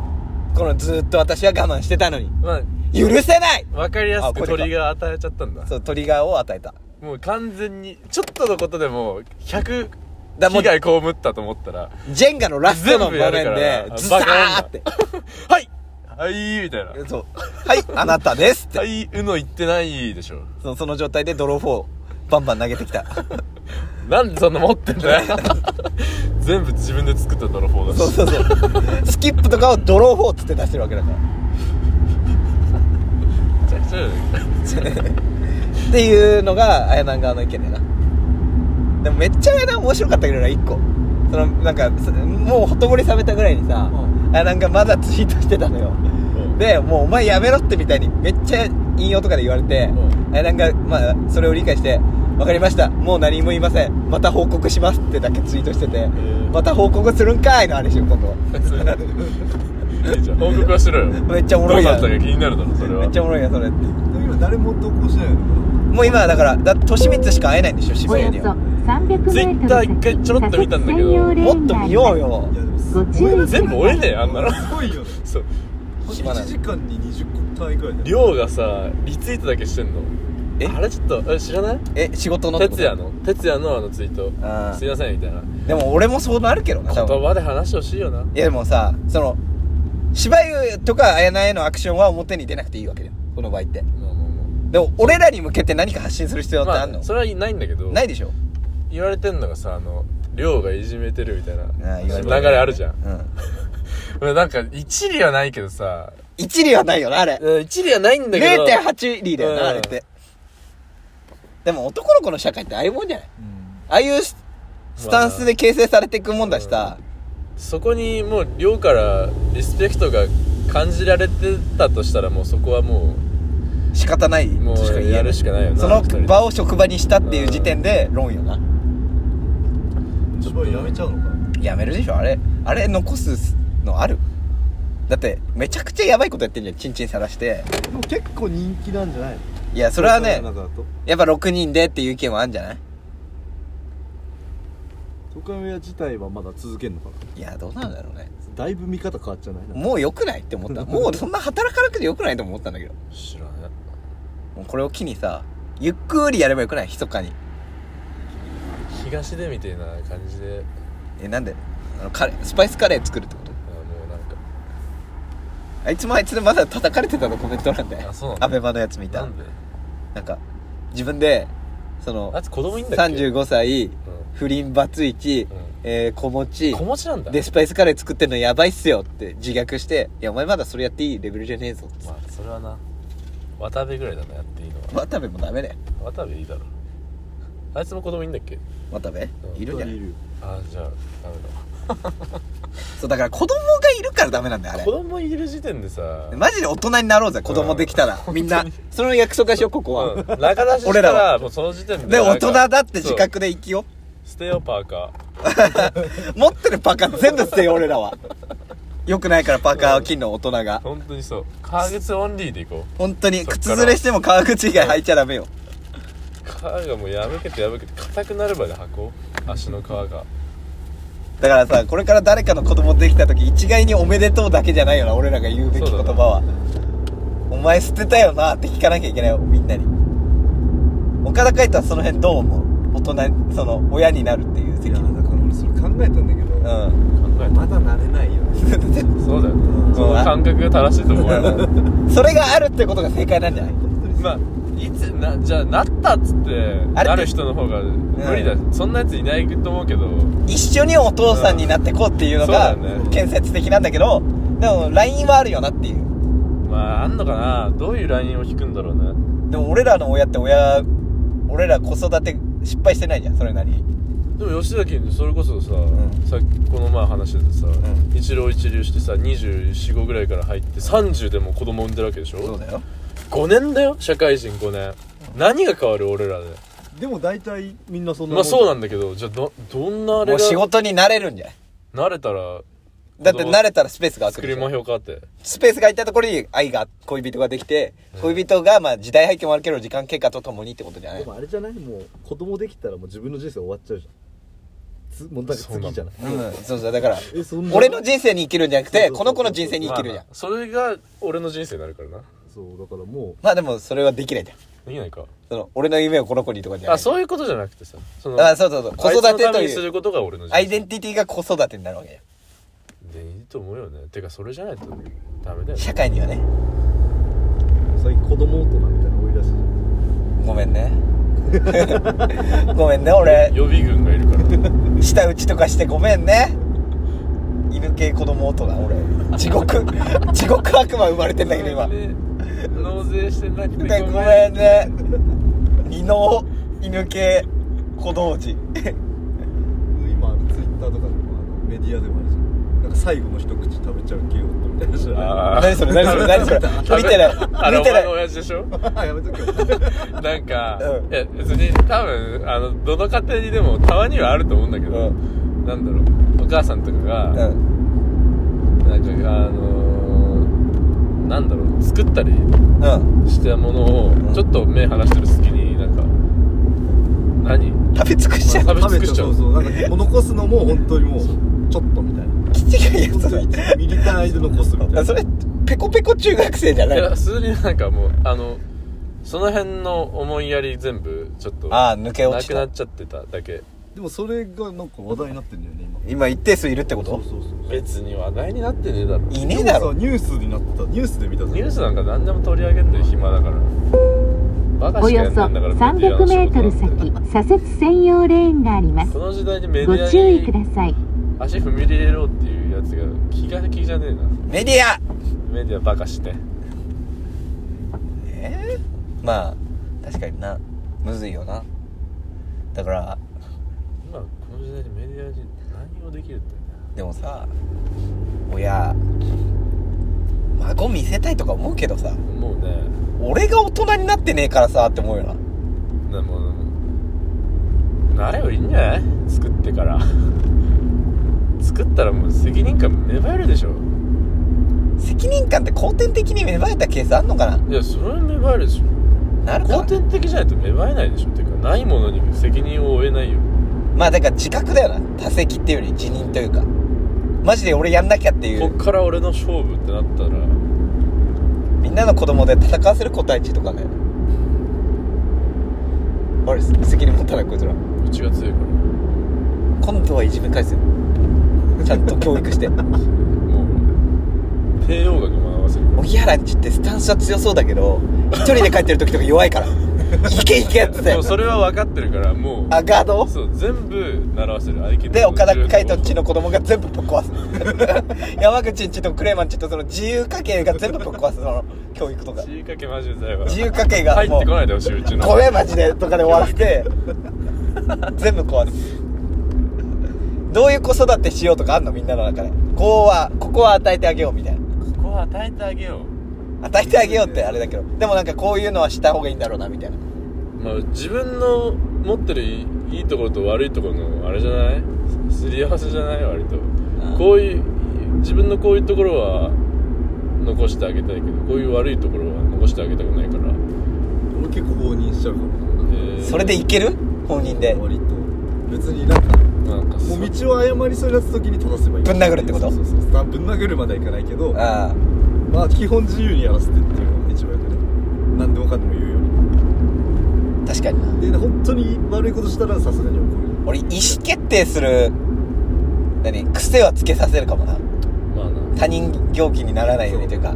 Speaker 1: うこのずーっと私は我慢してたのに
Speaker 2: ま
Speaker 1: 許せない
Speaker 2: あわかりや
Speaker 1: あこ
Speaker 2: すく
Speaker 1: れか
Speaker 2: 鳥が与えちゃったんだ
Speaker 1: そうトリガーを与えた
Speaker 2: もう完全にちょっとのことでもう100
Speaker 1: だもう
Speaker 2: 被害被ったと思ったら
Speaker 1: ジェンガのラストの
Speaker 2: 全部や
Speaker 1: 場面
Speaker 2: るから
Speaker 1: で
Speaker 2: あ
Speaker 1: ズサ
Speaker 2: バカなん
Speaker 1: ー
Speaker 2: だ
Speaker 1: って
Speaker 2: はいはいみたいな
Speaker 1: そうはいあなたですって
Speaker 2: はい「うの言ってないでしょ
Speaker 1: そのその状態で泥4バンバン投げてきた
Speaker 2: なんでそんな持ってんだ
Speaker 1: *laughs*
Speaker 2: よ全部自分で作った泥棒だ
Speaker 1: そう
Speaker 2: し
Speaker 1: そうそうスキップとかを泥4っつって出してるわけだから
Speaker 2: めちゃくちゃだよ
Speaker 1: っていうのが綾南側の意見だなでもめっちゃ綾南面白かったけどな1個そのなんかそもうほとぼり冷めたぐらいにさ
Speaker 2: う
Speaker 1: 綾南がまだツイートしてたのよ
Speaker 2: うん
Speaker 1: でもうお前やめろってみたいにめっちゃ引用とかで言われて
Speaker 2: う
Speaker 1: 綾南がまあそれを理解して「わかりましたもう何も言いませんまた報告します」ってだけツイートしてて
Speaker 2: ー
Speaker 1: また報告するんかいのあれしよ
Speaker 2: *laughs*
Speaker 1: 今度は
Speaker 2: うんいいじゃん報告はしろよ
Speaker 1: めっちゃおもろい
Speaker 2: どう
Speaker 1: やん
Speaker 2: だったか気になるだろそれは
Speaker 1: めっちゃおもろいやんそれって
Speaker 4: 今誰も投稿しないの
Speaker 1: もう今だからだとしみつしか会えないんでしょ渋
Speaker 6: お
Speaker 1: 谷
Speaker 6: よ
Speaker 1: に
Speaker 6: そ
Speaker 1: は
Speaker 6: 300
Speaker 2: ツイ
Speaker 6: メー
Speaker 2: ッ
Speaker 6: ト
Speaker 2: タ
Speaker 6: ル
Speaker 2: ー一回ちょろっと見たんだけど
Speaker 1: もっと見ようよ
Speaker 4: いやでもすごい
Speaker 6: ご注意ください
Speaker 2: 全部俺だよあんなの
Speaker 4: すごいよね
Speaker 2: そう
Speaker 1: 暇な
Speaker 4: 1
Speaker 1: の
Speaker 4: 時間に20個単位くらいだよ
Speaker 2: 亮がさリツイートだけしてんの
Speaker 1: え
Speaker 2: あれちょっとえ知らない
Speaker 1: え仕事のってこと
Speaker 2: 哲也の哲也のあのツイート
Speaker 1: あー
Speaker 2: すいませんみたいな
Speaker 1: でも俺もそうなるけどな多
Speaker 2: 言
Speaker 1: 分
Speaker 2: 葉で話してほしいよない
Speaker 1: やでもさその芝居とか綾菜へのアクションは表に出なくていいわけだよこの場合って
Speaker 2: まあまあ
Speaker 1: でも俺らに向けて何か発信する必要って
Speaker 2: ま
Speaker 1: あ
Speaker 2: あ
Speaker 1: ん
Speaker 2: ま
Speaker 1: の、
Speaker 2: あそれはないんだけど
Speaker 1: ないでしょ
Speaker 2: 言われてんのがさあの亮がいじめてるみたいな
Speaker 1: あー言われてる
Speaker 2: 流れあるじゃん
Speaker 1: うん
Speaker 2: 俺なんか一理はないけどさ
Speaker 1: 1理はないよなあれ
Speaker 2: うん一理はないんだけど
Speaker 1: 0.8理だよな、
Speaker 2: うん
Speaker 1: あれってでも男の子の社会ってああいうもんじゃないああいうススタンスで形成されていくもんだしさ、
Speaker 2: そこにもう亮からリスペクトが感じられてたとしたらもうそこはも
Speaker 1: 仕方ないう
Speaker 2: も
Speaker 1: としか
Speaker 2: う
Speaker 1: 言え
Speaker 2: や
Speaker 1: ない
Speaker 2: るしかないよな
Speaker 1: そ
Speaker 2: 二人
Speaker 1: の
Speaker 2: で
Speaker 1: 場を職場にしたっていう時点で論よな
Speaker 4: 芝居やめちゃうのかな
Speaker 1: やめるでしょあれあれ残すのあるだってめちゃくちゃやばいことやってんじゃんチンチン晒して
Speaker 4: でも結構人気なんじゃないの
Speaker 1: いやそれはね
Speaker 4: 東海オンの中だと
Speaker 1: やっぱ6人でっていう意見はあるんじゃない
Speaker 4: 東海オン自体はまだ続けんのかない
Speaker 1: やどうなんだろうね
Speaker 4: だいぶ見方変わっちゃないなんか
Speaker 1: もう良くないって思
Speaker 2: *laughs*
Speaker 1: ったもうそんな働かなくて良くないと思ったんだけど
Speaker 2: 知らん
Speaker 1: もうこれを機にさゆっくりやればよくない密かに
Speaker 2: 東でみたいな感じで
Speaker 1: えなんであのカレースパイスカレー作るってこと
Speaker 2: あもうなんか
Speaker 1: あいつもあいつでまだ叩かれてたのコメント欄で
Speaker 2: あそうなんだ
Speaker 1: アベマのやつ見た
Speaker 2: なんで
Speaker 1: なんか自分でその
Speaker 2: あいつ子供いいんだっけ
Speaker 1: 35歳不倫バツイチ
Speaker 2: うん
Speaker 1: えー子持
Speaker 2: うん
Speaker 1: ち
Speaker 2: 子持ちなんだ
Speaker 1: でスパイスカレー作ってんのやばいっすよって自虐して「いやお前まだそれやっていいレベルじゃねえぞ」って
Speaker 2: まあそれはな渡部ぐらいだなやっていいのは
Speaker 1: 渡部もダメだよ
Speaker 2: 渡部いいだろあいつも子供いいんだっけ
Speaker 1: 渡部いるんじゃない
Speaker 4: いる
Speaker 2: あじゃあダメ
Speaker 1: そうだから子供がいるからダメなんだよあ
Speaker 2: だ
Speaker 1: れ
Speaker 2: 子供いる時点でさ
Speaker 1: マジで大人になろうぜ子供できたらみんなその約束はしようここは、
Speaker 2: うん中出しした
Speaker 1: 俺らは
Speaker 2: らもうその時点で
Speaker 1: で
Speaker 2: な
Speaker 1: 大
Speaker 2: んか
Speaker 1: 人だって自覚で生きよ
Speaker 2: そう捨てよパーカ
Speaker 1: う持ってるパーカー全部捨てよ俺ら
Speaker 2: *laughs*
Speaker 1: はよくないからパーカーは金の大人
Speaker 2: ー
Speaker 1: が
Speaker 2: 本当にそう革靴オンリーでいこう
Speaker 1: 本当に
Speaker 2: そっから
Speaker 1: 靴ずれしても革靴以外履いちゃダメよ
Speaker 2: 革がもう破けて破けて硬くなるまで履こう足の皮が
Speaker 1: だからさこれから誰かの子供できた時一概に「おめでとう」だけじゃないよな俺らが言うべき言葉は「お前捨てたよな」って聞かなきゃいけないよみんなに岡田海人はその辺どう思う大人その親になるっていう
Speaker 4: い
Speaker 1: 責
Speaker 4: やだ
Speaker 1: 任
Speaker 4: から俺それ考えたんだけど、
Speaker 1: うん
Speaker 2: 考え
Speaker 4: まだ慣れないよね *laughs*
Speaker 2: たそうだよその感覚が正しいと思うよ
Speaker 1: それがあるってことが正解なんじゃない
Speaker 4: 本当に
Speaker 2: *laughs* まあいつなじゃあなったっつって
Speaker 1: あれ
Speaker 2: なる人の方が無理だ、そんなやついないと思うけど
Speaker 1: 一緒にお父さんになってこうっていうのが
Speaker 2: うんそうだよね
Speaker 1: 建設的なんだけどでも LINE はあるよなっていう
Speaker 2: まああんのかなどういうラインを引くんだろうね
Speaker 1: でも俺らの親って親俺ら子育て失敗してないじゃんそれなりに
Speaker 2: でも吉崎それこそさ、
Speaker 1: ん
Speaker 2: さっきこの前話しててさ、
Speaker 1: ん
Speaker 2: 一浪一流してさ245ぐらいから入って30でもう子供産んでるわけでしょ
Speaker 1: だよ
Speaker 2: 5年だよ社会人5年何が変わる俺らで
Speaker 4: でも大体みんなそんな
Speaker 2: まあそうなんんだけどじゃあどどんなあ
Speaker 1: も
Speaker 2: れ
Speaker 1: う仕
Speaker 2: が
Speaker 1: 事に慣れるんじゃない
Speaker 2: 慣れたら
Speaker 1: だって慣れたらスペースが
Speaker 2: 作
Speaker 1: 空くで
Speaker 2: り
Speaker 1: しょ
Speaker 2: も評価って
Speaker 1: スペースが空いたところに愛が恋人ができて恋人がまあ時代背景もあるけど時間経過とともにってことじゃな
Speaker 4: で
Speaker 1: い
Speaker 4: もあれじゃないもう子供できたらもう自分の人生終わっちゃうじゃんつもうなんか次じゃない
Speaker 1: うんそうそうだから
Speaker 4: えそんな
Speaker 1: 俺の人生に生きるんじゃなくて
Speaker 4: そうそうそう
Speaker 1: この子の人生に生きるじゃん
Speaker 2: まあそれが俺の人生になるからな
Speaker 4: そうだからも
Speaker 1: まあでもそれはできないじゃん
Speaker 2: できないか
Speaker 1: その俺の夢をこの子にとかじゃない
Speaker 2: あそういうことじゃなくてさその
Speaker 1: あそうそうそう子
Speaker 2: あい
Speaker 1: 育
Speaker 2: つの
Speaker 1: て
Speaker 2: た
Speaker 1: と
Speaker 2: めにす
Speaker 1: いう
Speaker 2: ることが俺の人
Speaker 1: アイ
Speaker 2: 生
Speaker 1: デンティティが子育てになるわけよ *laughs*
Speaker 2: でいいと思うよねてかそれじゃないとダメだよね *laughs*
Speaker 1: 社会にはね
Speaker 4: う最近子供大人みたいなの多いらしいじゃん
Speaker 1: ごめんねごめんね俺
Speaker 2: 予備軍がいる *laughs* から
Speaker 1: 舌打ちとかしてごめんね犬系子供大人俺地獄地獄悪魔生まれてんだけど今
Speaker 2: 納税してな
Speaker 1: で
Speaker 2: くて
Speaker 1: ごめんね二の犬系小童子
Speaker 4: 今ツイッターとかでもあのメディアでもあるじゃんなんか最後の一口食べちゃう系夫みたいなじゃな
Speaker 2: あー
Speaker 1: 何それ何それ何それ見てない
Speaker 2: あれ
Speaker 1: 見
Speaker 2: お
Speaker 1: てな
Speaker 2: 前
Speaker 1: い
Speaker 2: の親父でしょ
Speaker 4: いやめと *laughs* けよ
Speaker 2: なんか、
Speaker 1: うん
Speaker 2: いや別に多分あのどの家庭にでもたまにはあると思うんだけど、
Speaker 1: う
Speaker 2: なんだろうお母さんとかが、
Speaker 1: うん
Speaker 2: なんかあのーなんだろう作ったり
Speaker 1: うん
Speaker 2: したもの
Speaker 1: ん
Speaker 2: をちょっと目離してる隙になんか何
Speaker 1: 食べ尽くしちゃう
Speaker 2: まあ食
Speaker 4: 食
Speaker 2: べ尽く
Speaker 4: べち
Speaker 2: し
Speaker 4: ゃ
Speaker 2: ち
Speaker 4: う
Speaker 2: ゃ
Speaker 4: そううそうなんかもう残すのも本当にもうちょっとみたいな
Speaker 1: 気違いや
Speaker 4: 本
Speaker 1: つ
Speaker 4: 当
Speaker 1: だ
Speaker 4: に1ミリ単位で残すみたいな
Speaker 1: あ
Speaker 4: *laughs*
Speaker 1: それペコペコ中学生じゃないい
Speaker 2: や普通になんかもうあのその辺の思いやり全部ちょっと
Speaker 1: ああ抜け落
Speaker 2: な
Speaker 1: ち
Speaker 2: くな
Speaker 1: た
Speaker 2: っちゃってただけ
Speaker 4: でもそれがなんか話題になってんだよね
Speaker 1: 今
Speaker 4: 今
Speaker 1: 一定数いるってこと
Speaker 4: そうそうそう
Speaker 2: 別に話題になってねえだろ
Speaker 1: いねえだろ
Speaker 4: でもさニュースになってたニュースで見たぞ
Speaker 2: ニュースなんか何でも取り上げんのよ暇だからバカ
Speaker 6: お
Speaker 2: しか
Speaker 6: よ
Speaker 2: やん
Speaker 6: そ
Speaker 2: ねえんだからメディアの仕事
Speaker 6: 300メートル先左折専用レーンがあります
Speaker 2: この時代にメデ
Speaker 6: ご
Speaker 2: ィ
Speaker 6: 注意く
Speaker 2: ア
Speaker 6: だ
Speaker 2: に
Speaker 6: さい
Speaker 2: 足踏み入れろっていうやつが気が気じゃねえな
Speaker 1: メディア
Speaker 2: メディアバカして
Speaker 1: えー、まあ確かになむずいよなだから
Speaker 2: 今この時代にメディアに何をできるって
Speaker 1: でもさ親孫見せたいとか思うけどさ
Speaker 2: もうね
Speaker 1: 俺が大人になってねえからさって思うよな
Speaker 2: でもなればいいんじゃない作ってから *laughs* 作ったらもう責任感芽生えるでしょ
Speaker 1: 責任感って後天的に芽生えたケースあんのかない
Speaker 2: やそれは芽生えるでしょ
Speaker 1: なる
Speaker 2: 後
Speaker 1: か
Speaker 2: 天的じゃないと芽生えないでしょっていうかないものに責任を負えないよ
Speaker 1: まあだから自覚だよな多責っていうより辞任というかマジで俺やんなきゃってい
Speaker 2: こっ
Speaker 1: う
Speaker 2: から俺の勝負ってなったら
Speaker 1: みんなの子供で戦わせる個体値とかねあれ責任持たないこいつら
Speaker 2: うちが強いか
Speaker 1: 今度はいじめ返すよちゃんと教育して
Speaker 2: らもう帝王学学ばせる
Speaker 7: 荻原んちってスタンスは強そうだけど一人で帰ってる時とか弱いからいけいけっつっ
Speaker 2: で
Speaker 7: て
Speaker 2: もそれは分かってるからもう
Speaker 7: あガードを
Speaker 2: そう全部習わせる合気道
Speaker 7: で岡田海斗んち
Speaker 2: の
Speaker 7: の子供が全部ぶっ壊す山口んちとクレーマンちとその自由家系が全部ぶっ壊すその教育とか
Speaker 2: 自由かけマジでうざいわ
Speaker 7: 自由家系が
Speaker 2: 入っ
Speaker 7: もう
Speaker 2: てこないでほしいうちの
Speaker 7: ごめんマジでとかで終わらせて全部壊すどういう子育てしようとかあんのみんなの中でこうはここは与えてあげようみたいな
Speaker 2: ここは与えてあげよ
Speaker 7: 与えてあげようってあれだけどでもなんかこういうのはした方がいいんだろうなみたいな
Speaker 2: う、まあ、自分の持ってるいいいところと悪いところのあれじゃないすり合わせじゃない割と
Speaker 7: ん
Speaker 2: こういう自分のこういうところは残してあげたいけどこういう悪いところは残してあげたくないから、
Speaker 4: 俺結構放任しちゃうかも
Speaker 2: えー
Speaker 7: それでいける本人で
Speaker 4: 割と別になんか
Speaker 2: なんかそ
Speaker 4: もう道を誤りそうになった時に正せばいい
Speaker 7: ぶん殴るってこと
Speaker 4: そうそうそうまあぶん殴るまではいかないけど
Speaker 7: ああ
Speaker 4: まあ基本自由にやらせてっていうのが一番よくね何でもかんでも言うよ
Speaker 7: 確かにな
Speaker 4: うにで本当に悪いことしたらさすがに怒る
Speaker 7: 俺意思決定する何癖はつけさせるかもな
Speaker 2: まあな
Speaker 7: 他人行儀にならないようにというか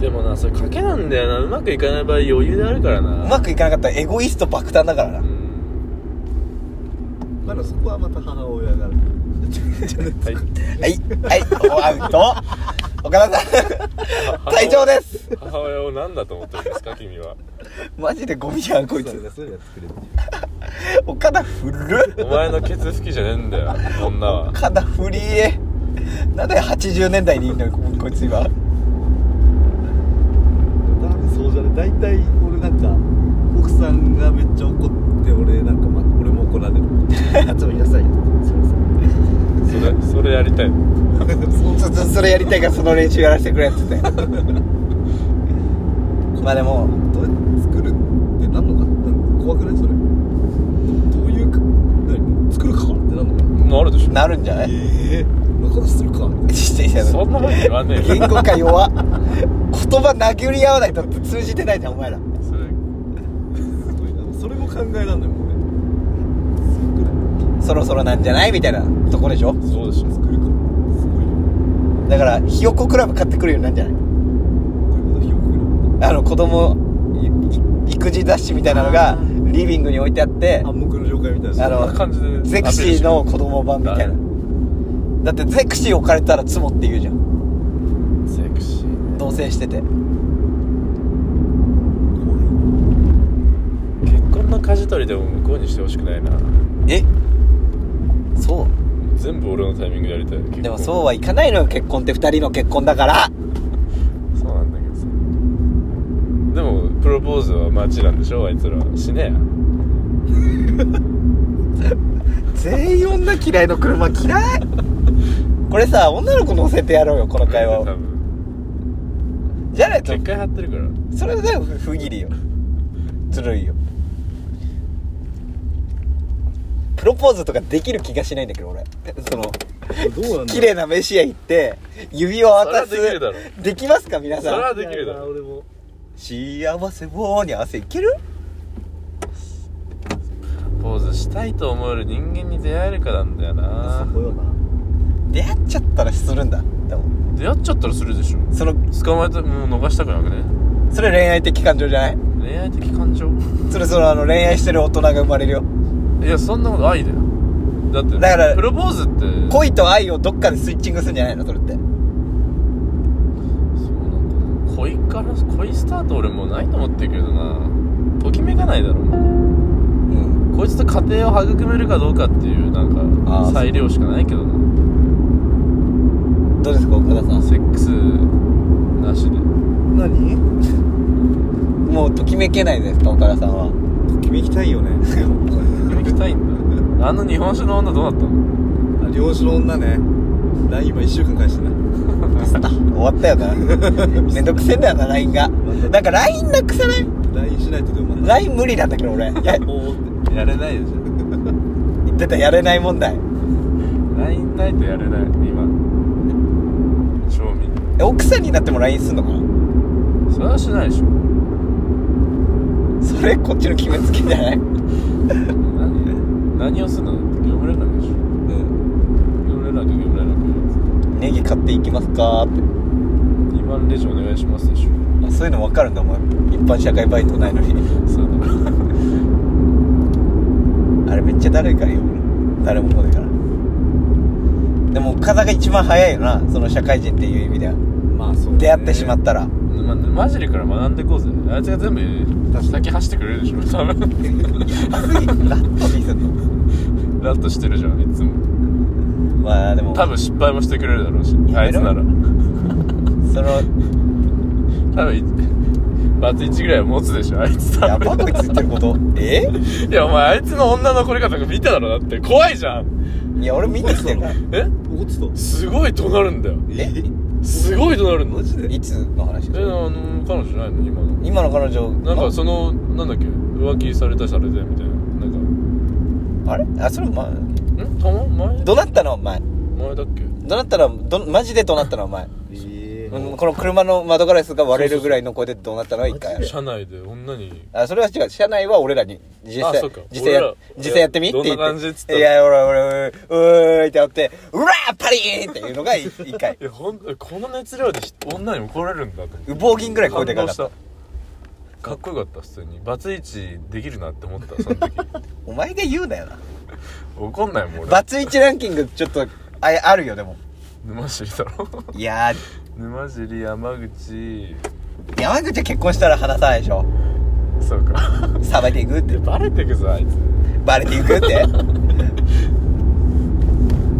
Speaker 2: でもなそれ賭けなんだよなうまくいかない場合余裕であるから
Speaker 7: う
Speaker 2: な
Speaker 7: まくいかなかったらエゴイスト爆誕だからな
Speaker 2: うん
Speaker 4: まだそこはまた母親
Speaker 7: *laughs*
Speaker 4: が
Speaker 2: はい
Speaker 7: はいはいおアウト岡田さん隊長です
Speaker 2: 母親を何だと思ってるんですか君は
Speaker 7: マジでゴミやんこい
Speaker 4: そう
Speaker 7: つ
Speaker 4: だそういうのやってくれって
Speaker 7: *laughs* 岡田古っ
Speaker 2: お前のケツ好きじゃねえんだよ女は
Speaker 7: 岡田フリえなんで80年代にいんのここいつ今
Speaker 4: ダメそうじゃない大体俺なんか奥さんがめっちゃ怒って俺なんか、ま、俺も怒ら
Speaker 7: *laughs*
Speaker 4: れるあちょっといなさいよすいません
Speaker 2: それそれやりたい
Speaker 7: ちょっとそれやりたいからその練習やらせてくれっつってまあでも
Speaker 4: どうやって作るってなんのかなん怖くないそれどういうか何作るかってなんのかな
Speaker 2: なるでしょ
Speaker 7: なるんじゃない
Speaker 4: ええ仲良くするかみたいな
Speaker 7: してきた
Speaker 2: そんなこと言わねえ
Speaker 7: 言
Speaker 2: よ
Speaker 7: 語化弱っ言葉殴り合わないと通じてないじゃんお前ら
Speaker 2: それ
Speaker 4: すごいなそれも考えらんないもん
Speaker 7: そろそろなんじゃないみたいなとこでしょ
Speaker 2: そうでしょ
Speaker 4: 俺作るかすごいよ
Speaker 7: だからひよっこクラブ買ってくるようになんじゃない
Speaker 4: こういうことひよくな
Speaker 7: あの子供いい育児雑誌みたいなのがリビングに置いてあって
Speaker 4: 暗黙の了解みたいな
Speaker 7: あの
Speaker 2: そんな感じで
Speaker 7: ゼクシーの子供版みたいなだってゼクシー置かれたらツモって言うじゃん
Speaker 2: セクシー
Speaker 7: 同棲してて
Speaker 4: 怖いな
Speaker 2: 結婚の舵取りでも向こうにしてほしくないな
Speaker 7: えそ
Speaker 2: 全部俺のタイミングでやりたい結
Speaker 7: う
Speaker 2: 婚
Speaker 7: でもそうはいかないのよ結婚って2人の結婚だから
Speaker 2: そうなんだけどさでもプロポーズは街なんでしょあいつらしねえや
Speaker 7: 全員女嫌いの車嫌いこれさ女の子乗せてやろうよこの会話
Speaker 2: 多
Speaker 7: *laughs* を
Speaker 2: 分
Speaker 7: じゃないと
Speaker 2: 結界張ってるから
Speaker 7: それでも不義理よずるいよプロポーズとかできる気がしないんだけど俺その
Speaker 4: どうなんだ
Speaker 7: 綺麗な飯屋行って指を渡
Speaker 2: そ
Speaker 7: す
Speaker 2: れはできるだろ
Speaker 7: できますか皆
Speaker 2: それ
Speaker 7: さ
Speaker 2: は
Speaker 7: ん
Speaker 2: できるだろ
Speaker 4: 俺も
Speaker 7: 幸せをに汗いける
Speaker 2: ポーズしたいと思える人間に出会えるかなんだよな
Speaker 4: そこよな
Speaker 7: 出会っちゃったらするんだでも
Speaker 2: 出会っちゃったらするでしょ
Speaker 7: その
Speaker 2: 捕まえてもう逃したくなくね
Speaker 7: それ恋愛的感情じゃない
Speaker 2: 恋愛的感情
Speaker 7: それそのあの恋愛してる大人が生まれるよ
Speaker 2: いやそんなこと愛だよだって
Speaker 7: だから
Speaker 2: プロポーズって
Speaker 7: 恋と愛をどっかでスイッチングするんじゃないのそれって
Speaker 2: そうなんだ恋から恋スタート俺もうないと思ってるけどなときめかないだろも
Speaker 7: うん
Speaker 2: うこいつと家庭を育めるかどうかっていうなん
Speaker 7: あ
Speaker 2: か
Speaker 7: ー
Speaker 2: 裁量しかないけどな
Speaker 7: どうですか岡田さん
Speaker 2: セックスなしで
Speaker 4: 何
Speaker 7: もうときめけないですか岡田さんは
Speaker 4: ときめきたいよね
Speaker 2: 行きたいん *laughs* だあの日本酒の女どうだったの
Speaker 4: あ漁師の女ね LINE 今1週間返してない
Speaker 7: 終わったよ *laughs* なめんどくせえんだよな LINE がなんか LINE なくさない
Speaker 4: LINE しないとでもま
Speaker 7: LINE 無理なんだけど俺
Speaker 4: た
Speaker 7: や
Speaker 4: もう
Speaker 2: やれないでしょ
Speaker 7: 言ってたやれない問題
Speaker 2: LINE ないとやれない今賞味
Speaker 7: え奥さんになっても LINE すんのかな
Speaker 2: それはしないでし *laughs* ょ
Speaker 7: それこっちの決めつけじゃない
Speaker 2: 何何をするのだって業務連絡でしょ
Speaker 7: うん
Speaker 2: 業務連絡業務連絡
Speaker 7: ネギ買っていきますかって
Speaker 2: 今万レジお願いしますでしょ
Speaker 7: あそういうの分かるんだお前一般社会バイトないのに
Speaker 2: そうだな
Speaker 7: あれめっちゃだるいからよ誰も来ないからでも岡田が一番早いよなその社会人っていう意味では
Speaker 4: まあそう、
Speaker 7: 出会ってしまったら
Speaker 2: まあマジでから学んでこうぜあいつが全部先走ってくれるでしょ多分
Speaker 7: *laughs* ラットにするの
Speaker 2: ラッとしてるじゃんいつも
Speaker 7: まあでも
Speaker 2: 多分失敗もしてくれるだろうし
Speaker 7: や
Speaker 2: あ
Speaker 7: め
Speaker 2: いつ
Speaker 7: ろ
Speaker 2: なら
Speaker 7: その
Speaker 2: 多分いバツ1ぐらいは持つでしょあいつ多
Speaker 7: や
Speaker 2: 分
Speaker 7: ばこいつ言ってること *laughs* え
Speaker 2: いやお前あいつの女の残り方が見ただろだって怖いじゃん
Speaker 7: いや俺見に来てるから
Speaker 2: え
Speaker 4: 怒ってた
Speaker 2: すごい怒鳴るんだよ
Speaker 7: え
Speaker 2: すごい怒鳴るんだ
Speaker 4: マジで
Speaker 7: いつの話
Speaker 2: えあの彼女じゃないの今の
Speaker 7: 今の彼女
Speaker 2: なんかそのなんだっけ浮気されたされてみたいななん
Speaker 7: あれあそれま
Speaker 2: かんたま前
Speaker 7: 怒鳴ったのお前
Speaker 2: 前だっけ
Speaker 7: 怒鳴ったらどマジで怒鳴ったのお前
Speaker 4: ええ
Speaker 7: うんこの車の窓ガラスが割れるぐらいの声で怒鳴ったのは一回ある
Speaker 2: 車内で女に
Speaker 7: あそれは違う車内は俺らに実際
Speaker 2: あそうか
Speaker 7: 実際や
Speaker 2: 俺ら
Speaker 7: 実際やってみっ
Speaker 2: い
Speaker 7: て
Speaker 2: や
Speaker 7: 言
Speaker 2: ど
Speaker 7: って
Speaker 2: んな感じっつったの
Speaker 7: いや俺俺俺うーいってやってうらーパリーンっていうのがい一回
Speaker 2: いやほんこの熱量でひ女に怒られるんだと思って
Speaker 7: 羽毛銀ぐらい声で
Speaker 2: 感
Speaker 7: かか
Speaker 2: 動
Speaker 7: っ
Speaker 2: したたかっこよかった普通にバツイチできるなって思ったその時
Speaker 7: *laughs* お前が言うなよな
Speaker 2: 怒んないもん俺
Speaker 7: バツイチランキングちょっとああるよでも
Speaker 2: 沼尻だろ *laughs*
Speaker 7: いやー
Speaker 2: 沼尻山口
Speaker 7: 山口は結婚したら話さないでしょ
Speaker 2: そうか *laughs*
Speaker 7: さばいていくって
Speaker 2: でバレてくぞあいつ
Speaker 7: バレてい
Speaker 2: *laughs*
Speaker 7: くって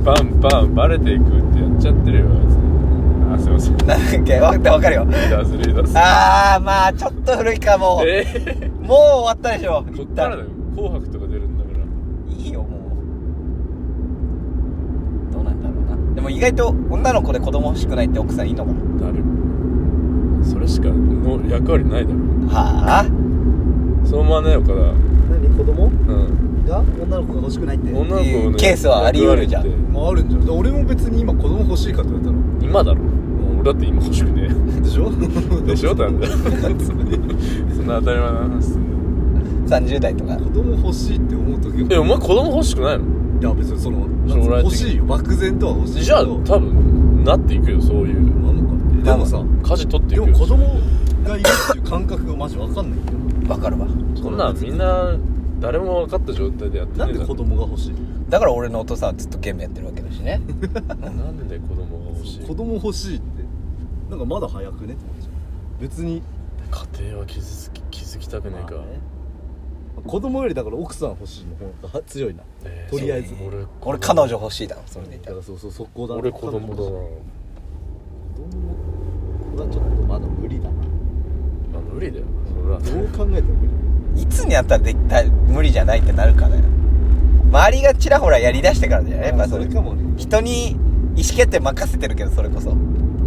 Speaker 2: バンバンバレていくってやっちゃってるよあいつあすいません
Speaker 7: なんだっけわかったわかるよ
Speaker 2: リーダーズリーダーズ
Speaker 7: あーまあちょっと古いかも
Speaker 2: えー、
Speaker 7: うもう終わったでしょ
Speaker 2: こ
Speaker 7: 一
Speaker 2: っからだよ
Speaker 7: 旦
Speaker 2: 紅白とか出るんだから
Speaker 7: いいよもうどうなんだろうなでも意外と女の子で子供欲しくないって奥さんいいのかな
Speaker 2: 誰もそれしかの役割ないだろ
Speaker 7: はあ
Speaker 2: そのままね岡田う
Speaker 4: 何子供
Speaker 2: ん
Speaker 4: が女の子が欲しくないって
Speaker 2: 女の子の、ね、
Speaker 7: ケースはあり得るじゃん
Speaker 2: 役割って
Speaker 4: まああるんじゃない俺も別に今子供欲しいかって言われた
Speaker 2: 今だろもう俺だって今欲しくね
Speaker 4: らでしょ
Speaker 2: えでしょだ *laughs* んだんそんな当たり前な話すん
Speaker 7: 30代とか
Speaker 4: 子供欲しいって思う時も
Speaker 2: だえお前子供欲しくないの
Speaker 4: いや別にその
Speaker 2: 将来的に
Speaker 4: 欲しいよ漠然とは欲しいけど
Speaker 2: じゃあ多分なっていくよそういう
Speaker 4: なのかでもさ
Speaker 2: 舵取ってい
Speaker 4: で
Speaker 2: く
Speaker 4: も子
Speaker 2: よ
Speaker 4: 供がいるっていう感覚がマジわかんないんだよ
Speaker 7: わかるわ
Speaker 2: そんなんみんな誰も分かった状態でやって
Speaker 4: な
Speaker 2: ね
Speaker 4: ん
Speaker 2: え
Speaker 4: で
Speaker 2: だ
Speaker 4: 子
Speaker 2: ろ
Speaker 4: 供が欲しい
Speaker 7: だから俺のお父さんはずっとゲームやってるわけだしね
Speaker 2: なんで子供が欲しい
Speaker 4: 子供欲しいってなんかまだ早くねって思っちゃう別に
Speaker 2: 家庭は傷つき傷きたくねえか、
Speaker 4: まあね子供よりだから奥さん欲しいの方が強いな
Speaker 2: えー
Speaker 4: とりあえず
Speaker 2: そう俺
Speaker 7: 俺彼女欲しいだろそれで言った
Speaker 4: だかららそうそうそこだな
Speaker 2: 俺子供だな
Speaker 4: 子供はちょっとまだ無理だな
Speaker 2: あ無理だよそれは
Speaker 4: どう考えても無理
Speaker 7: いつにあったらできた無理じゃないってなるからよ周りがちらほらやりだしてからじゃないやっぱ
Speaker 4: そ
Speaker 7: そ
Speaker 4: れ
Speaker 7: れ
Speaker 4: かもね
Speaker 7: 人に意思決定任せてるけどそれこそ
Speaker 2: な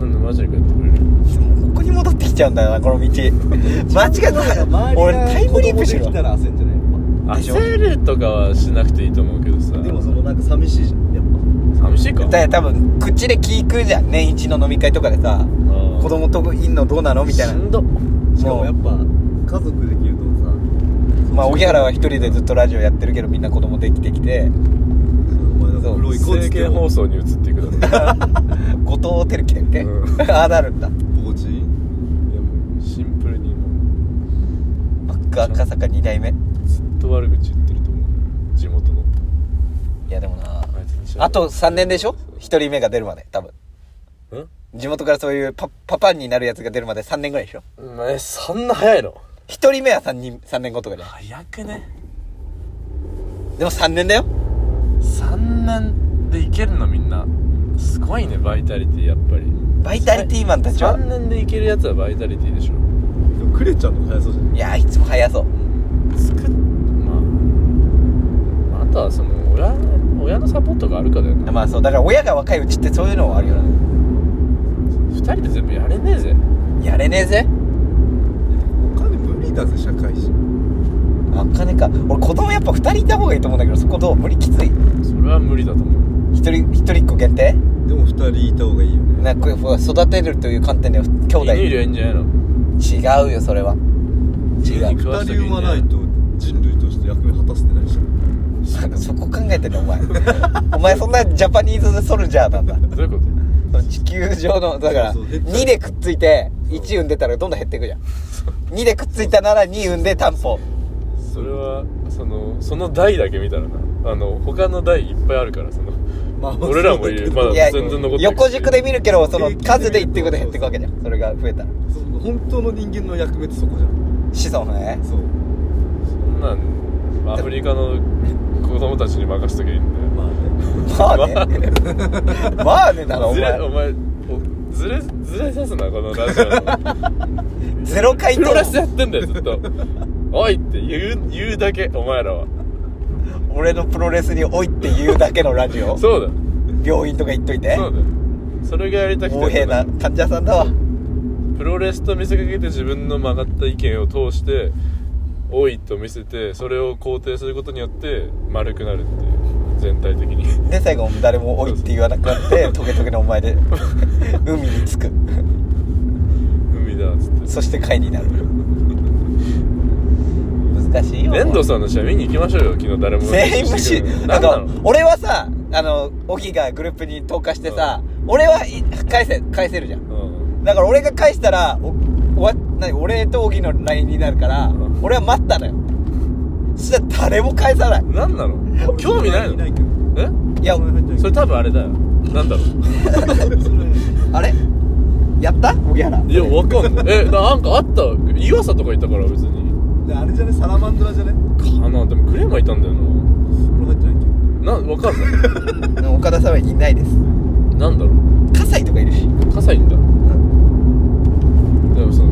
Speaker 2: んでマジでやってくれる
Speaker 7: ここに戻ってきちゃうんだよなこ *laughs* の道間違ってた俺タイムリープし
Speaker 4: る
Speaker 7: ろ
Speaker 4: きたら焦んじゃないや
Speaker 7: でしょ
Speaker 2: 焦るとかはしなくていいと思うけどさ
Speaker 4: っぱでもそのなんか寂しいじゃんやっぱ
Speaker 2: 寂しいか
Speaker 7: だから多分口で聞くじゃん年一の飲み会とかでさ子
Speaker 2: 子
Speaker 7: 供といんのどうなのみたい
Speaker 2: し
Speaker 7: なん
Speaker 2: ど
Speaker 4: しかもやっぱ家族できるとさ
Speaker 7: まあ荻原は一人でずっとラジオやってるけどみんな子供できてきて
Speaker 4: お前なんか黒い子つ
Speaker 2: 政
Speaker 4: け
Speaker 2: 見
Speaker 4: よ
Speaker 2: 放送に移っていくだろ
Speaker 7: 後藤輝樹だっけ、
Speaker 2: う
Speaker 7: *laughs* ああなるんだ
Speaker 4: ポーチ
Speaker 2: ういやもうシンプルにも
Speaker 7: バック赤坂2代目いう
Speaker 2: ずっと悪口言ってると思う地元の
Speaker 7: やでもな
Speaker 2: あいつにし
Speaker 7: あと3年でしょ1人目が出るまで多分
Speaker 2: うん
Speaker 7: 地元からそういうパパパンになるやつが出るまで3年ぐらいでしょ
Speaker 2: お前そんな早いの
Speaker 7: 1人目は 3, 人3年後とかじゃん
Speaker 2: 早くね
Speaker 7: でも3年だよ
Speaker 2: 3年でいけるのみんなすごいねバイタリティやっぱり
Speaker 7: バイタリティマンたちは
Speaker 2: 3年でいけるやつはバイタリティでしょ
Speaker 4: でもクレちゃんの方が早そうじゃん
Speaker 7: いやいつも早そう
Speaker 2: 作っまああとはその親親のサポートがあるかだよな
Speaker 7: まあそうだから親が若いうちってそういうのはあるよね
Speaker 2: 2人で全部やれねえぜ
Speaker 7: やれねえぜ
Speaker 4: お金無理だぜ社会人
Speaker 7: あ金か俺子供やっぱ2人いた方がいいと思うんだけどそこどう無理きつい
Speaker 2: それは無理だと思う
Speaker 7: 一人一人っ子限定
Speaker 4: でも二人いた方がいいよね
Speaker 7: なんかこう育てるという観点では兄弟
Speaker 2: 犬いりゃいいんじゃないの
Speaker 7: 違うよそれは違
Speaker 4: 二
Speaker 7: う
Speaker 2: 肉食わせときゃい
Speaker 4: 人
Speaker 2: い
Speaker 4: 産
Speaker 2: んじゃ
Speaker 4: ま
Speaker 2: な
Speaker 4: ないいと人類として役目果たせてないし
Speaker 7: *laughs* なんかそこ考えてんだお前お前そんなジャパニーズソルジャーなんだ
Speaker 2: どういうこと
Speaker 7: 地球上のだから
Speaker 4: そうそう減った
Speaker 7: 2でくっついて1産んでたらどんどん減っていくじゃん2でくっついたなら2産んで担保
Speaker 2: それはそのその代だけ見たらなあの他の代いっぱいあるからその
Speaker 4: まあ
Speaker 2: 俺らもいるまだ
Speaker 7: いや
Speaker 2: 全然残ってる
Speaker 7: 横軸で見るけどその
Speaker 4: 平均で見ると
Speaker 7: 数でいっていくこと減っていくわけじゃんそれが増えたら
Speaker 4: そう本当の人間の役目ってそこじゃん
Speaker 7: 子孫ね
Speaker 4: そう
Speaker 2: そんなんアフリカの子供たちに任しとけばいいんだよ
Speaker 4: まあね
Speaker 7: まあねまあね *laughs* だろお
Speaker 2: ずれ
Speaker 7: 前
Speaker 2: お前おずれずれさすなこのラジオの
Speaker 7: *laughs* ゼロ回
Speaker 2: プロレス
Speaker 7: 答
Speaker 2: やってんだよずっと「おい!」って言う言うだけお前らは
Speaker 7: 俺のプロレスに「おい」って言うだけのラジ
Speaker 2: *laughs*
Speaker 7: オ
Speaker 2: そうだよ
Speaker 7: 病院とか行っといて
Speaker 2: そうだよそれがやりたくて
Speaker 7: 横平な患者さんだわ
Speaker 2: プロレスと見せかけて自分の曲がった意見を通して「おい」と見せてそれを肯定することによって丸くなるっていう全体的に *laughs*
Speaker 7: で最後誰も「おい」って言わなくなってトゲトゲのお前で海に着く
Speaker 2: 海だっつって
Speaker 7: そして貝になる難しいよ
Speaker 2: 遠藤さんの試合見に行きましょうよ昨日誰も
Speaker 7: 全員無視な
Speaker 2: 何
Speaker 7: ん
Speaker 2: な
Speaker 7: か
Speaker 2: の
Speaker 7: 俺はさあのオギがグループに投下してさ、俺はい返せ返せるじゃん
Speaker 2: うん
Speaker 7: だから俺が返したらおおわ何俺とオギの LINE になるから、
Speaker 2: うん
Speaker 7: 俺は待ったのよそしたら誰も返さない
Speaker 2: 何なの興味ないの
Speaker 4: ないけど
Speaker 2: え
Speaker 7: いや
Speaker 2: それ多分あれだよなんだろう *laughs*
Speaker 7: あれやった荻 *laughs* 原
Speaker 2: いやわかんないえなんかあった岩佐とかいたから別に
Speaker 4: であれじゃねサラマンドラじゃね
Speaker 2: かなでもクレーマーいたんだよ
Speaker 4: 俺入ってな
Speaker 2: な
Speaker 4: いけど
Speaker 2: なわかんない *laughs*
Speaker 7: うん岡田さんはいないです
Speaker 2: なんだろう
Speaker 7: 葛西とかいるし
Speaker 2: 葛西いんだでもその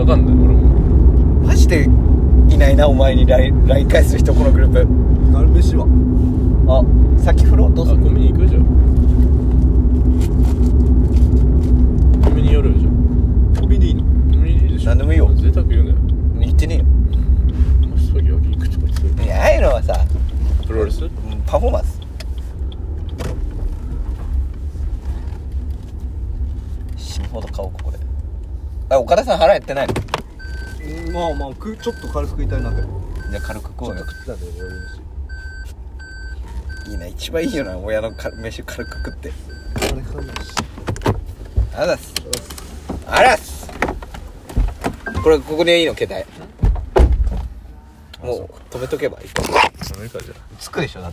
Speaker 2: わかんない俺も
Speaker 7: マジでいないなお前に LINE LINE 返す人このグループ
Speaker 4: あれ飯は
Speaker 7: あ先風呂ど
Speaker 2: あ
Speaker 7: うす
Speaker 2: コ
Speaker 7: る
Speaker 2: ンビニ行くじゃんコンビニ寄るじゃん
Speaker 4: 飛びでいいの
Speaker 2: コンビニいいでしょ
Speaker 7: 何でもいいよ
Speaker 2: 贅沢言うなよ
Speaker 7: 言ってねえよ
Speaker 2: もう詐欺は銀行とかそういう
Speaker 7: いやああいうのはさ
Speaker 2: プロレス
Speaker 7: うんパフォーマンス死ぬほど買おうここであ岡田さん腹減ってないの
Speaker 4: うんまあまあくちょっと軽く食いたいなけど
Speaker 7: じゃあ軽く食おうよ
Speaker 4: 食ってたで俺飯
Speaker 7: いいな一番いいよな親のか飯軽く食って
Speaker 4: あれかなし
Speaker 7: あらっすあらっすこれここでいいの携帯もう止めとけばいい
Speaker 2: アメリカじゃん
Speaker 7: つくでしょだって